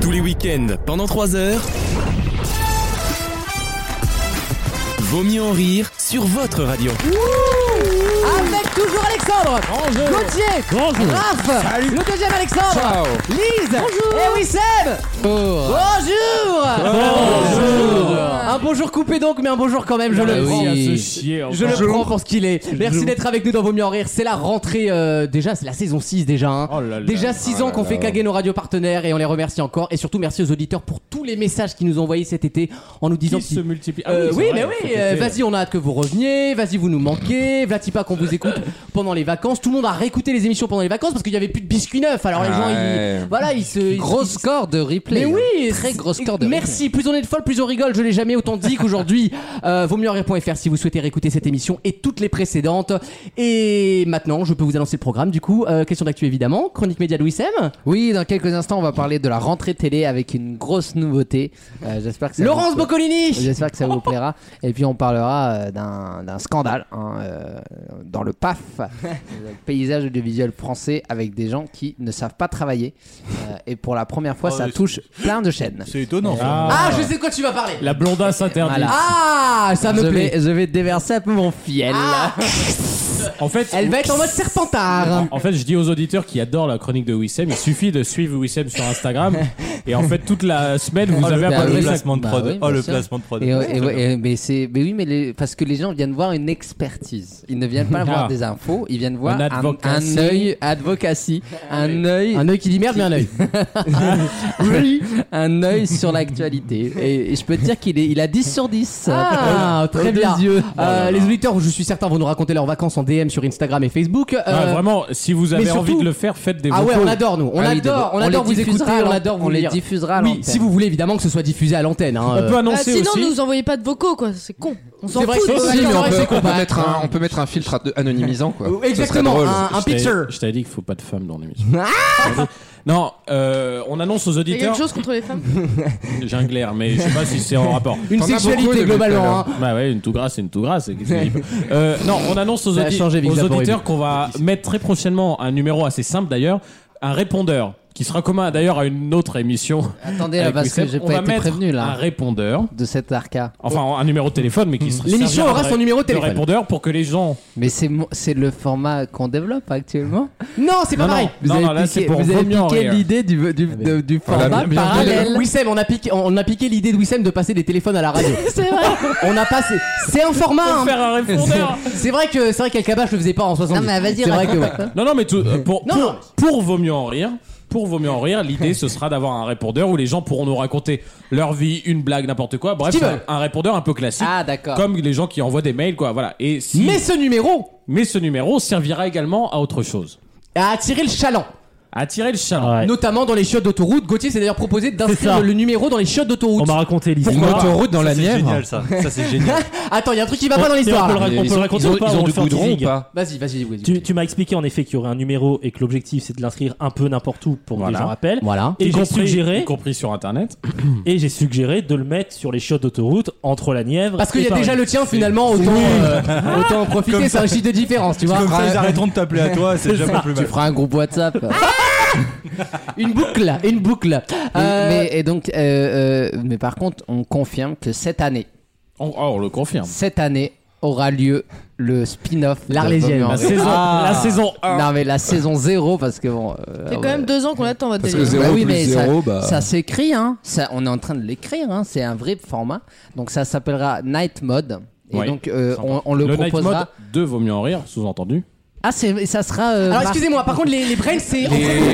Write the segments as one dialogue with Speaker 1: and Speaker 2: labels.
Speaker 1: Tous les week-ends, pendant 3 heures. Vaut mieux en rire sur votre radio.
Speaker 2: Avec toujours Alexandre,
Speaker 3: Bonjour.
Speaker 2: Gauthier,
Speaker 3: Bonjour.
Speaker 2: Raph,
Speaker 3: Salut.
Speaker 2: le deuxième Alexandre,
Speaker 3: Ciao.
Speaker 2: Lise,
Speaker 4: Bonjour.
Speaker 2: et oui Seb. Bonjour.
Speaker 3: Bonjour. Bah
Speaker 2: Un bonjour coupé donc, mais un bonjour quand même, je le prends.
Speaker 3: Merci à ce chier.
Speaker 2: Je le prends pour ce qu'il est. Merci d'être avec nous dans Vos Mieux en Rire. C'est la rentrée, euh, déjà, c'est la saison 6 déjà. hein.
Speaker 3: Oh là là.
Speaker 2: déjà 6 ans qu'on fait caguer nos radios partenaires et on les remercie encore. Et surtout, merci aux auditeurs pour tous les messages qu'ils nous ont envoyés cet été en nous disant
Speaker 3: Qui se
Speaker 2: qu'ils-
Speaker 3: multiplie.
Speaker 2: Euh, oui,
Speaker 3: Ah c'est
Speaker 2: mais
Speaker 3: vrai,
Speaker 2: oui,
Speaker 3: faut
Speaker 2: euh,
Speaker 3: péter.
Speaker 2: vas-y, on a hâte que vous reveniez, vas-y, vous nous manquez, vlati pas qu'on vous écoute pendant les vacances. Tout le monde a réécouté les émissions pendant les vacances parce qu'il n'y avait plus de biscuits neufs. Alors les gens, ils, voilà, ils se. ils-
Speaker 5: Gros
Speaker 2: ils-
Speaker 5: score de replay.
Speaker 2: mais
Speaker 5: hein.
Speaker 2: oui,
Speaker 5: très
Speaker 2: c'est-
Speaker 5: gros score de
Speaker 2: Merci, plus on est de folle, plus on rigole. Je l'ai jamais autant dit qu'aujourd'hui. Euh, vaut mieux en rire.fr si vous souhaitez réécouter cette émission et toutes les précédentes. Et maintenant, je peux vous annoncer le programme. Du coup, Euh, question d'actu évidemment, chronique média de Louis Sem.
Speaker 5: Oui, dans quelques instants, on va parler de la rentrée télé avec une grosse nouveauté. Euh, J'espère que ça
Speaker 2: Laurence
Speaker 5: vous...
Speaker 2: Boccolini.
Speaker 5: J'espère que ça vous plaira. Et puis on parlera euh, d'un d'un scandale hein, euh, dans le PAF, euh, le paysage audiovisuel français, avec des gens qui ne savent pas travailler. Euh, et pour la première
Speaker 2: Oh,
Speaker 5: fois, ça touche plein de chaînes.
Speaker 6: C'est étonnant.
Speaker 3: Ah,
Speaker 2: Ah, je sais de quoi tu vas parler.
Speaker 3: La blondasse interdite.
Speaker 5: Voilà.
Speaker 2: Ah, ça me
Speaker 5: je
Speaker 2: plaît.
Speaker 5: Vais, je vais déverser un peu mon fiel.
Speaker 2: Ah,
Speaker 3: En fait,
Speaker 2: elle va être en mode serpentard.
Speaker 3: En- En fait, je dis aux auditeurs qui adorent la chronique de Wissem, il suffit de suivre Wissem sur Instagram. et en fait, toute la semaine,
Speaker 2: Ah,
Speaker 3: vous avez un
Speaker 5: bah oui.
Speaker 3: peu
Speaker 6: le
Speaker 3: de
Speaker 6: placement de
Speaker 5: Bah
Speaker 6: prod.
Speaker 5: oui, bien
Speaker 6: oh, le
Speaker 5: sûr.
Speaker 6: placement de prod.
Speaker 5: Et, et- et- mais c'est, mais oui, mais les- parce que les gens viennent voir une expertise. Ils ne viennent pas voir des infos, ils viennent voir
Speaker 3: Un
Speaker 5: un,
Speaker 3: advocacy.
Speaker 5: un œil, advocacy, un œil,
Speaker 2: Un œil qui dit merde, mais un œil.
Speaker 5: un œil sur l'actualité. Et, et je peux te dire qu'il est, il a 10 sur 10.
Speaker 2: Ah,
Speaker 5: Aux
Speaker 2: très
Speaker 5: deux
Speaker 2: bien.
Speaker 5: yeux.
Speaker 2: Euh, les auditeurs, je suis certain, vont nous raconter leurs vacances en DM sur Instagram et Facebook. Euh,
Speaker 3: Ah, vraiment, si vous avez
Speaker 2: mais
Speaker 3: envie
Speaker 2: surtout-
Speaker 3: de le faire, faites des
Speaker 2: ah ouais,
Speaker 3: vocaux.
Speaker 2: on adore nous, on
Speaker 5: Ah oui, des-
Speaker 2: adore, on,
Speaker 5: les
Speaker 2: adore vous écouter,
Speaker 5: diffusera à
Speaker 2: on
Speaker 5: l'an-
Speaker 2: adore vous
Speaker 5: on les
Speaker 2: lire.
Speaker 5: diffusera. à
Speaker 2: Oui,
Speaker 5: l'antenne.
Speaker 2: si vous voulez évidemment que ce soit diffusé à l'antenne. hein,
Speaker 3: On
Speaker 2: euh.
Speaker 3: peut
Speaker 4: Bah,
Speaker 3: annoncer
Speaker 4: sinon,
Speaker 3: aussi.
Speaker 4: ne nous envoyez pas de vocaux, quoi. C'est con. On s'en
Speaker 2: C'est vrai
Speaker 4: fout.
Speaker 2: que
Speaker 4: de vos
Speaker 2: c'est-
Speaker 7: Si, mais
Speaker 2: D'accord,
Speaker 7: on
Speaker 4: vacances.
Speaker 2: c'est
Speaker 7: peut, on peut
Speaker 2: compact.
Speaker 7: mettre un, on peut mettre un filtre ad- anonymisant, quoi.
Speaker 2: Euh,
Speaker 7: Ce serait
Speaker 2: Exactement,
Speaker 7: drôle.
Speaker 2: un, un
Speaker 3: Je t'avais-
Speaker 2: picture. Ah
Speaker 3: Je t'avais dit qu'il faut pas de femmes dans l'émission. non, euh, on annonce aux
Speaker 4: Il y a
Speaker 3: auditeurs.
Speaker 4: quelque chose contre les femmes.
Speaker 3: J'ai un glaire, mais je sais pas si c'est en rapport.
Speaker 2: Une
Speaker 7: T'en as beaucoup,
Speaker 2: sexualité
Speaker 7: depuis tout à
Speaker 2: globalement.
Speaker 7: l'heure.
Speaker 2: hein.
Speaker 3: Bah ouais, une tout grasse, c'est une tout grasse. qu'est-ce que je dis Euh, non, on annonce aux,
Speaker 2: Ça a
Speaker 3: audi-
Speaker 2: changé avec
Speaker 3: aux
Speaker 2: Zaporib.
Speaker 3: auditeurs qu'on va mettre très prochainement un numéro assez simple d'ailleurs, un répondeur qui sera commun d'ailleurs à une autre émission.
Speaker 2: Eh,
Speaker 5: Attendez, là,
Speaker 3: avec
Speaker 5: parce que
Speaker 3: Wissem.
Speaker 5: j'ai
Speaker 3: On
Speaker 5: pas
Speaker 3: va
Speaker 5: été
Speaker 3: mettre
Speaker 5: prévenu
Speaker 3: Un
Speaker 5: là
Speaker 3: répondeur,
Speaker 5: de cette arca.
Speaker 3: enfin un numéro de téléphone, mais qui sera
Speaker 2: Oh. Mhm. L'émission
Speaker 3: servira
Speaker 2: aura
Speaker 3: de-
Speaker 2: son numéro de
Speaker 3: de
Speaker 2: téléphone.
Speaker 3: répondeur pour que les gens.
Speaker 5: Mais c'est mo- c'est le format qu'on développe actuellement.
Speaker 2: Non, c'est pas
Speaker 3: Non,
Speaker 2: pareil.
Speaker 3: non.
Speaker 5: avez
Speaker 3: là, c'est
Speaker 5: piqué-
Speaker 3: pour
Speaker 5: Ah vous avez
Speaker 3: vaut mieux en
Speaker 5: piqué
Speaker 3: rire.
Speaker 5: l'idée du, du, de- du format
Speaker 7: bien- bien
Speaker 5: parallèle.
Speaker 2: Wissem, on a piqué, on a piqué l'idée de Wissem de passer des téléphones à la radio.
Speaker 4: C'est vrai.
Speaker 2: on a passé. C'est un format. hein.
Speaker 3: Faire un répondeur.
Speaker 2: C'est vrai que c'est vrai qu'Alcabache le faisait pas en 70.
Speaker 5: Non, mais vas-y,
Speaker 2: C'est vrai que
Speaker 5: raconte.
Speaker 2: ouais.
Speaker 3: Non, non, mais tout- euh, pour,
Speaker 2: Non,
Speaker 3: pour,
Speaker 2: non.
Speaker 3: pour vaut mieux en rire. Pour vaut mieux en rire, l'idée ce sera d'avoir un répondeur où les gens pourront nous raconter leur vie, une blague, n'importe quoi. Bref,
Speaker 2: Ce qu'ils veulent.
Speaker 3: un répondeur un peu classique,
Speaker 5: Ah d'accord.
Speaker 3: comme les gens qui envoient des mails, quoi. Voilà. Et si,
Speaker 2: Mais ce numéro
Speaker 3: mais ce numéro servira également à autre chose.
Speaker 2: a attiré le chaland.
Speaker 3: Attirer le
Speaker 8: Ah
Speaker 3: chaland.
Speaker 2: Notamment dans les chiottes d'autoroute. Gauthier s'est d'ailleurs proposé d'inscrire
Speaker 8: ça. Oh, bah.
Speaker 2: le numéro dans les chiottes
Speaker 8: On
Speaker 2: d'autoroute.
Speaker 8: m'a raconté
Speaker 6: Une
Speaker 8: l'histoire.
Speaker 6: autoroute dans la
Speaker 7: C'est
Speaker 6: Nièvre.
Speaker 7: génial, ça. Ça, c'est génial.
Speaker 2: Attends, il y a un truc qui va pas dans
Speaker 8: On peut le,
Speaker 2: l'histoire.
Speaker 8: rac- on peut le raconter
Speaker 7: ils ont,
Speaker 8: ou pas
Speaker 7: ils
Speaker 8: on
Speaker 7: ont
Speaker 8: le
Speaker 7: du
Speaker 8: fait en
Speaker 7: goudron ou
Speaker 8: teasing
Speaker 7: pas
Speaker 2: Vas-y, vas-y, vas-y.
Speaker 8: Tu, tu m'as expliqué en effet qu'il y aurait un numéro et que l'objectif c'est de l'inscrire un peu n'importe où pour
Speaker 3: Voilà.
Speaker 8: que les gens appellent.
Speaker 2: Voilà.
Speaker 8: Et
Speaker 3: y
Speaker 8: j'ai
Speaker 3: compris, y
Speaker 8: suggéré,
Speaker 3: compris sur internet.
Speaker 8: et j'ai suggéré de le mettre sur les chiottes d'autoroute entre la Nièvre.
Speaker 2: Parce qu'il
Speaker 8: et
Speaker 2: y a
Speaker 8: Paris.
Speaker 2: déjà le tien finalement, autant, euh, autant en profiter, c'est un chiffre de différence, tu vois. Euh,
Speaker 6: Comme ça, ils arrêteront de t'appeler à toi, c'est déjà pas plus
Speaker 5: Tu
Speaker 6: mal.
Speaker 5: feras un groupe WhatsApp.
Speaker 2: Une boucle, une boucle.
Speaker 5: Et-
Speaker 2: Euh,
Speaker 5: mais, et donc, euh, euh, mais par contre, on confirme que cette année,
Speaker 3: On, oh, on le confirme.
Speaker 5: cette année aura lieu le spin-off. de
Speaker 2: L'Arlésienne.
Speaker 5: Vogue en
Speaker 2: La
Speaker 5: Rire.
Speaker 3: saison- la saison un.
Speaker 5: Non mais la saison 0 parce que bon. euh,
Speaker 4: C'est
Speaker 5: ouais.
Speaker 4: quand même deux ans qu'on attend votre
Speaker 7: Parce que
Speaker 4: délire.
Speaker 7: zéro
Speaker 5: Bah oui,
Speaker 7: plus
Speaker 5: mais
Speaker 7: zéro, bah.
Speaker 5: Ça s'écrit, hein. Ça, on est en train de l'écrire, hein. C'est un vrai format. Donc ça s'appellera Night Mode. Et
Speaker 3: Ouais.
Speaker 5: donc euh, on, on le, proposera.
Speaker 3: night mode 2 vaut mieux en rire, sous-entendu.
Speaker 5: Ah, c'est, ça sera. euh,
Speaker 2: alors
Speaker 5: Marc-
Speaker 2: excusez-moi, par contre les, les brains c'est...
Speaker 7: Les,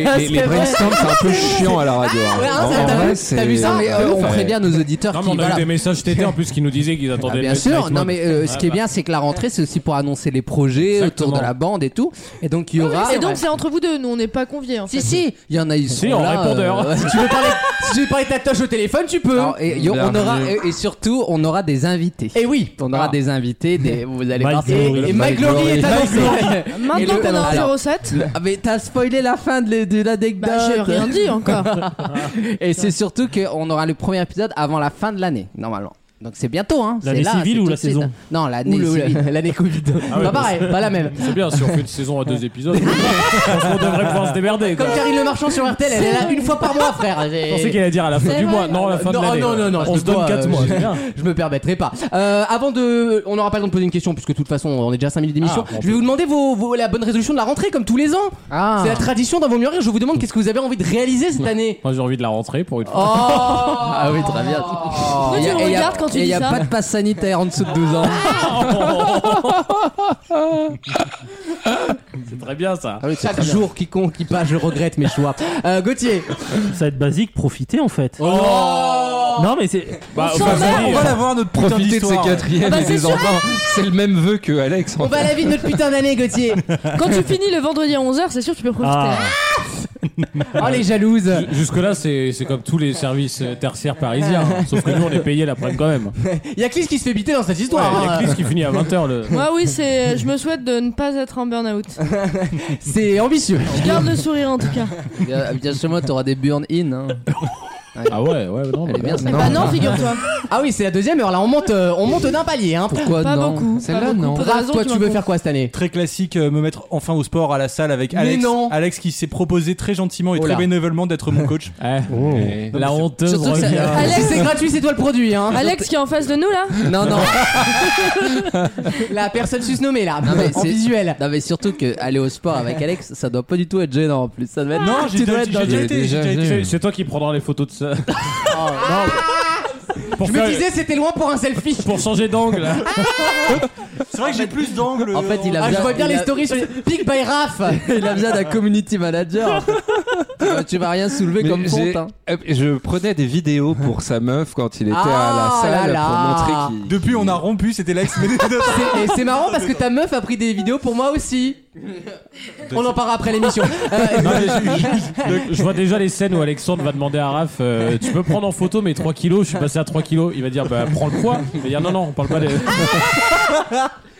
Speaker 5: hein,
Speaker 7: les, les
Speaker 2: C'est vrai.
Speaker 7: brainstorms, c'est un peu chiant à la radio.
Speaker 5: Ah,
Speaker 7: hein.
Speaker 2: ouais, hein,
Speaker 7: En
Speaker 2: ça, t'as
Speaker 7: vrai,
Speaker 2: vu-
Speaker 7: c'est-
Speaker 2: t'as vu ça
Speaker 5: Non, mais, euh, on
Speaker 7: Ouais.
Speaker 5: prévient nos auditeurs
Speaker 3: Non, mais
Speaker 5: qui.
Speaker 3: on a
Speaker 5: voilà.
Speaker 3: eu des messages TT en plus qui nous disaient qu'ils
Speaker 5: Ah,
Speaker 3: attendaient.
Speaker 5: bien
Speaker 3: le
Speaker 5: sûr,
Speaker 3: night
Speaker 5: non
Speaker 3: mode.
Speaker 5: mais euh, ce
Speaker 3: Ouais,
Speaker 5: qui est
Speaker 3: bah.
Speaker 5: bien, c'est que la rentrée, c'est aussi pour annoncer les projets
Speaker 3: Exactement.
Speaker 5: autour de la bande et tout. Et donc il y aura.
Speaker 4: Et donc, Ah c'est entre vous deux. Nous, on n'est pas conviés. En fait.
Speaker 5: Si, si, il y en a ils
Speaker 3: Si,
Speaker 5: sont
Speaker 3: en
Speaker 5: là,
Speaker 3: répondeur.
Speaker 5: euh,
Speaker 2: si tu veux parler, si tu veux parler de ta toche au téléphone, tu peux.
Speaker 5: non, et, y- on aura, euh,
Speaker 7: Merveilleux. Eh
Speaker 5: et, et surtout, on aura des invités.
Speaker 2: Et oui.
Speaker 5: on aura
Speaker 3: Ah.
Speaker 5: des invités, des, vous allez voir.
Speaker 8: My Glory.
Speaker 2: Et Mike Glory est annoncé.
Speaker 5: Et
Speaker 4: Maintenant
Speaker 5: le-
Speaker 4: qu'on est
Speaker 5: alors-
Speaker 4: en 07,
Speaker 5: Le- Ah, mais t'as spoilé la fin de, l'é- de l'anecdote.
Speaker 4: bah, j'ai rien dit encore. Bah,
Speaker 5: Et c'est surtout qu'on aura le premier épisode avant la fin de l'année, normalement. Donc c'est bientôt, hein.
Speaker 8: L'année
Speaker 5: c'est là,
Speaker 8: civile
Speaker 5: c'est
Speaker 8: ou
Speaker 5: tout
Speaker 8: la
Speaker 5: de suite.
Speaker 8: saison
Speaker 5: Non,
Speaker 2: Ou
Speaker 5: l'année civile.
Speaker 2: le- l'année Covid.
Speaker 3: ouais,
Speaker 2: pas
Speaker 3: bah,
Speaker 2: pareil, pas la même.
Speaker 3: C'est bien si on fait une saison à deux épisodes. je pense qu'on devrait pouvoir se démerder. quoi.
Speaker 2: Comme Karine Le Marchand sur RTL, elle est là une fois par mois, frère.
Speaker 3: Je pensais qu'elle allait dire à la fin
Speaker 4: C'est
Speaker 3: du
Speaker 4: vrai.
Speaker 3: mois, non à la fin
Speaker 2: Non,
Speaker 3: de l'année.
Speaker 2: non, non, non,
Speaker 3: on
Speaker 2: je
Speaker 3: se
Speaker 2: dois,
Speaker 3: donne 4
Speaker 2: euh,
Speaker 3: mois.
Speaker 2: je-
Speaker 3: c'est bien.
Speaker 2: Je me permettrai pas. Euh, avant de. On n'aura pas le temps de poser une question, puisque de toute façon, on est déjà à 5 minutes d'émission.
Speaker 3: Ah, bon.
Speaker 2: je vais vous demander vos, vos- la bonne résolution de la rentrée, comme tous les ans.
Speaker 5: Ah.
Speaker 2: C'est la tradition dans Vaut mieux rire. Je vous demande qu'est-ce que vous avez envie de réaliser cette année.
Speaker 3: Moi j'ai envie de la rentrer pour une
Speaker 2: Oh Ah oui, très bien. Oh.
Speaker 4: Pourquoi tu le regardes quand tu
Speaker 5: et
Speaker 4: dis
Speaker 5: y a
Speaker 4: ça
Speaker 5: pas de passe sanitaire en dessous de 12 ans.
Speaker 2: Ah
Speaker 3: C'est très bien ça.
Speaker 2: Chaque jour qui compte, qui passe, je regrette mes choix. Euh, Gauthier.
Speaker 8: Ça va être basique, profiter en fait. Non, mais c'est.
Speaker 3: Bah,
Speaker 4: s'en
Speaker 3: bah,
Speaker 4: va,
Speaker 3: vas-y.
Speaker 6: On va l'avoir notre putain
Speaker 7: Profiter de ces
Speaker 6: d'histoire.
Speaker 7: quatrièmes
Speaker 4: Ah bah,
Speaker 7: et
Speaker 4: c'est
Speaker 7: des
Speaker 4: sûr.
Speaker 7: enfants, c'est le même vœu que Alex. en
Speaker 2: On va à
Speaker 7: fait.
Speaker 2: la vie de notre putain d'année, Gauthier.
Speaker 4: Quand tu finis le vendredi à 11h, c'est sûr tu peux profiter.
Speaker 8: Ah,
Speaker 2: Oh les jalouses.
Speaker 3: Jus- Jusque-là, c'est c'est comme tous les services euh, tertiaires parisiens. hein. Sauf que nous, on est payé l'après-midi quand même. Ouais,
Speaker 2: Y a Clis qui se fait biter dans cette
Speaker 3: Il
Speaker 2: histoire.
Speaker 3: y a
Speaker 2: hein.
Speaker 3: Chris qui finit à 20h. Le...
Speaker 4: Moi oui, c'est je me souhaite de ne pas être en burn-out.
Speaker 2: C'est ambitieux.
Speaker 4: Je garde le sourire en tout cas.
Speaker 5: bien, bien sûr, moi, t'auras des burn-in. hein.
Speaker 3: Ah ouais, ouais,
Speaker 2: Oh,
Speaker 3: non.
Speaker 5: Elle est bien,
Speaker 4: Eh
Speaker 5: celle-là.
Speaker 4: bah non, figure-toi.
Speaker 2: Ah oui, c'est la deuxième heure là. On monte, euh, on monte d'un palier. Hein.
Speaker 5: Pourquoi
Speaker 4: Pas
Speaker 5: non
Speaker 4: beaucoup.
Speaker 7: Celle-là,
Speaker 4: pas beaucoup,
Speaker 7: non.
Speaker 4: pour des
Speaker 2: Raph,
Speaker 4: raisons
Speaker 2: toi,
Speaker 4: qui
Speaker 2: tu veux
Speaker 4: m'imposent.
Speaker 2: faire quoi cette année
Speaker 6: Très classique, euh, me mettre enfin au sport à la salle avec
Speaker 2: Mais
Speaker 6: Alex.
Speaker 2: non.
Speaker 6: Alex qui s'est proposé très gentiment et
Speaker 2: Oh
Speaker 6: très
Speaker 2: là.
Speaker 6: bénévolement d'être mon coach.
Speaker 3: La honteuse
Speaker 4: Surtout que ça-
Speaker 3: revient.
Speaker 4: Alex-
Speaker 2: Si c'est gratuit, c'est toi le produit. Hein.
Speaker 4: Alex qui est en face de nous là
Speaker 5: Non, non.
Speaker 2: La personne susnommée là,
Speaker 5: Non, mais
Speaker 2: en
Speaker 5: c'est-
Speaker 2: visuel.
Speaker 5: Non, mais surtout que aller au sport avec Alex, ça doit pas du tout être gênant en plus. Ça doit être.
Speaker 6: Non, j'ai
Speaker 5: tu
Speaker 6: déjà-
Speaker 5: dois être
Speaker 6: j'ai
Speaker 5: dans
Speaker 6: déjà
Speaker 5: le-
Speaker 6: été, j'ai déjà été.
Speaker 3: C'est- C'est toi qui prendras les photos de ça. Pour,
Speaker 2: Je
Speaker 3: faire-
Speaker 2: me disais c'était loin pour un selfie.
Speaker 3: pour changer d'angle.
Speaker 6: C'est vrai que j'ai plus d'angle.
Speaker 5: En fait, il a
Speaker 2: Ah, je
Speaker 5: bien-
Speaker 2: vois bien les
Speaker 5: il a-
Speaker 2: stories sur les... Big by Raph.
Speaker 5: Il a besoin d'un community manager. en fait. tu, vas, tu vas rien soulever
Speaker 7: Mais
Speaker 5: comme
Speaker 7: j'ai-
Speaker 5: compte. hein.
Speaker 7: euh, Je prenais des vidéos pour sa meuf quand il était
Speaker 2: Ah
Speaker 7: à la salle
Speaker 2: là
Speaker 7: pour
Speaker 2: là.
Speaker 7: montrer qu'il.
Speaker 6: Depuis, on a rompu, c'était Alex. Mais
Speaker 2: C'est- Et c'est marrant parce que ta meuf a pris des vidéos pour moi aussi. On en parlera après l'émission. Euh,
Speaker 3: Non, mais je, je- je vois déjà les scènes où Alexandre va demander à Raph euh, Tu peux prendre en photo mes 3 kilos Je suis passé à 3 kilos. Il va dire Bah, prends le poids. Il va dire Non, non, on parle pas des.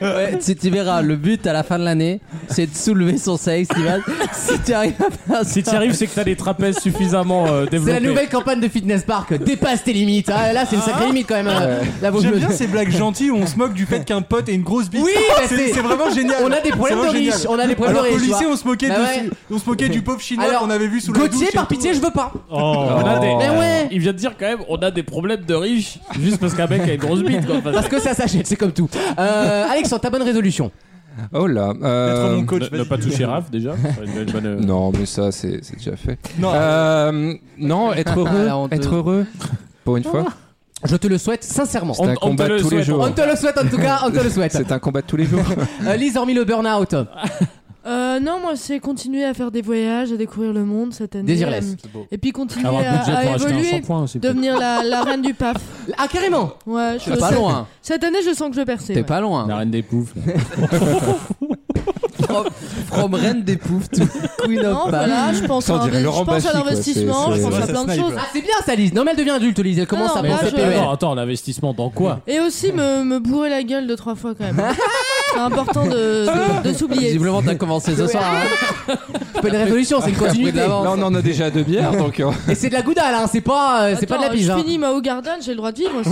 Speaker 5: Eh, Tu, tu verras, le but à la fin de l'année, c'est de soulever son sexe. tu vas- si tu arrives à faire ça,
Speaker 3: Si t'y arrives, c'est que t'as des trapèzes suffisamment euh,
Speaker 2: C'est
Speaker 3: développés.
Speaker 2: la nouvelle campagne de Fitness Park. Dépasse tes limites. Ah, là, c'est une sacrée limite quand même. euh, la vaut
Speaker 6: j'aime
Speaker 2: mieux.
Speaker 6: bien ces blagues gentilles où on se moque du fait qu'un pote ait une grosse bite. Oh,
Speaker 2: Oui, bah,
Speaker 6: c'est
Speaker 2: c'est-
Speaker 6: c'est vraiment génial.
Speaker 2: On a des problèmes
Speaker 6: C'est
Speaker 2: de
Speaker 6: vraiment
Speaker 2: riches.
Speaker 6: génial.
Speaker 2: On a des problèmes
Speaker 6: Alors
Speaker 2: de
Speaker 6: qu'au
Speaker 2: riches. tu
Speaker 6: lycée,
Speaker 2: vois.
Speaker 6: on se moquait
Speaker 2: Bah
Speaker 6: dessus. On se moquait du pauvre chinois
Speaker 2: Alors,
Speaker 6: qu'on avait vu sous la douche.
Speaker 2: Gauthier,
Speaker 6: et
Speaker 2: par
Speaker 6: tout.
Speaker 2: pitié, je veux pas.
Speaker 3: Oh. On a des-
Speaker 2: Mais ouais.
Speaker 3: Il vient de dire quand même, on a des problèmes de riches juste parce qu'un mec a une grosse bite. Quoi.
Speaker 5: Oh.
Speaker 3: Enfin,
Speaker 2: Parce que ça s'achète, c'est comme tout. Euh, Alexandre, ta bonne résolution.
Speaker 7: Oh là.
Speaker 6: D'être
Speaker 7: euh,
Speaker 6: mon coach.
Speaker 3: ne, ne
Speaker 6: vas-y.
Speaker 3: pas toucher Raph déjà. Une bonne- euh, une bonne-
Speaker 7: Non, mais ça, c'est c'est déjà fait.
Speaker 6: Non.
Speaker 7: Euh, non, être
Speaker 5: La
Speaker 7: heureux.
Speaker 5: honteuse.
Speaker 7: Être heureux. Pour une fois.
Speaker 2: Je te le souhaite sincèrement.
Speaker 5: Oh.
Speaker 7: C'est
Speaker 3: On-
Speaker 7: un
Speaker 3: on
Speaker 7: combat
Speaker 3: te le
Speaker 7: de tous les
Speaker 3: souhaite,
Speaker 7: jours.
Speaker 2: On te le souhaite en tout cas, on te le souhaite.
Speaker 7: C'est un combat de tous les jours.
Speaker 2: Euh, Lise, hormis le burn-out,
Speaker 4: Euh, non, moi c'est continuer à faire des voyages, à découvrir le monde cette année.
Speaker 2: Désirless.
Speaker 4: Euh, Et puis continuer
Speaker 3: Avoir
Speaker 4: à,
Speaker 3: un budget
Speaker 4: à
Speaker 3: pour acheter un
Speaker 4: évoluer,
Speaker 3: shampoing aussi. peut-être.
Speaker 4: devenir la, la reine du PAF.
Speaker 2: Ah, carrément
Speaker 4: Ouais, je
Speaker 5: t'es pas
Speaker 4: cette-
Speaker 5: loin.
Speaker 4: Cette année, je sens que je vais percer.
Speaker 5: T'es
Speaker 4: ouais.
Speaker 5: pas loin.
Speaker 3: La reine des poufs.
Speaker 5: From, from reine des poufs, to queen of
Speaker 4: Non,
Speaker 5: Bath.
Speaker 4: voilà, je pense,
Speaker 7: Ça, on
Speaker 4: à,
Speaker 7: dirait
Speaker 4: je
Speaker 7: Laurent
Speaker 4: pense à
Speaker 7: Baffy, quoi,
Speaker 4: l'investissement,
Speaker 7: c'est-
Speaker 4: je pense
Speaker 6: c'est-
Speaker 4: à
Speaker 6: ça
Speaker 4: plein de
Speaker 6: snipe,
Speaker 4: choses.
Speaker 2: Ah, c'est bien ça, Lise. Non, mais elle devient adulte, Lise. Elle commence
Speaker 4: Non,
Speaker 2: à
Speaker 4: mais
Speaker 2: penser E
Speaker 4: je-
Speaker 2: PEL.
Speaker 3: Attends, attends, l'investissement dans quoi
Speaker 4: Et aussi me, me bourrer la gueule de trois fois quand même. C'est important de, de, de s'oublier.
Speaker 5: Visiblement, t'as commencé ce soir. hein.
Speaker 2: C'est pas une résolution, c'est une continuité.
Speaker 5: d'avance.
Speaker 7: Là, on en a déjà deux bières, donc. euh,
Speaker 2: Et c'est de la gouda, là, hein, c'est pas, euh, c'est pas de la
Speaker 4: Attends,
Speaker 2: bise.
Speaker 4: Je
Speaker 2: hein.
Speaker 4: finis ma Haut Garden, j'ai le droit de vivre aussi.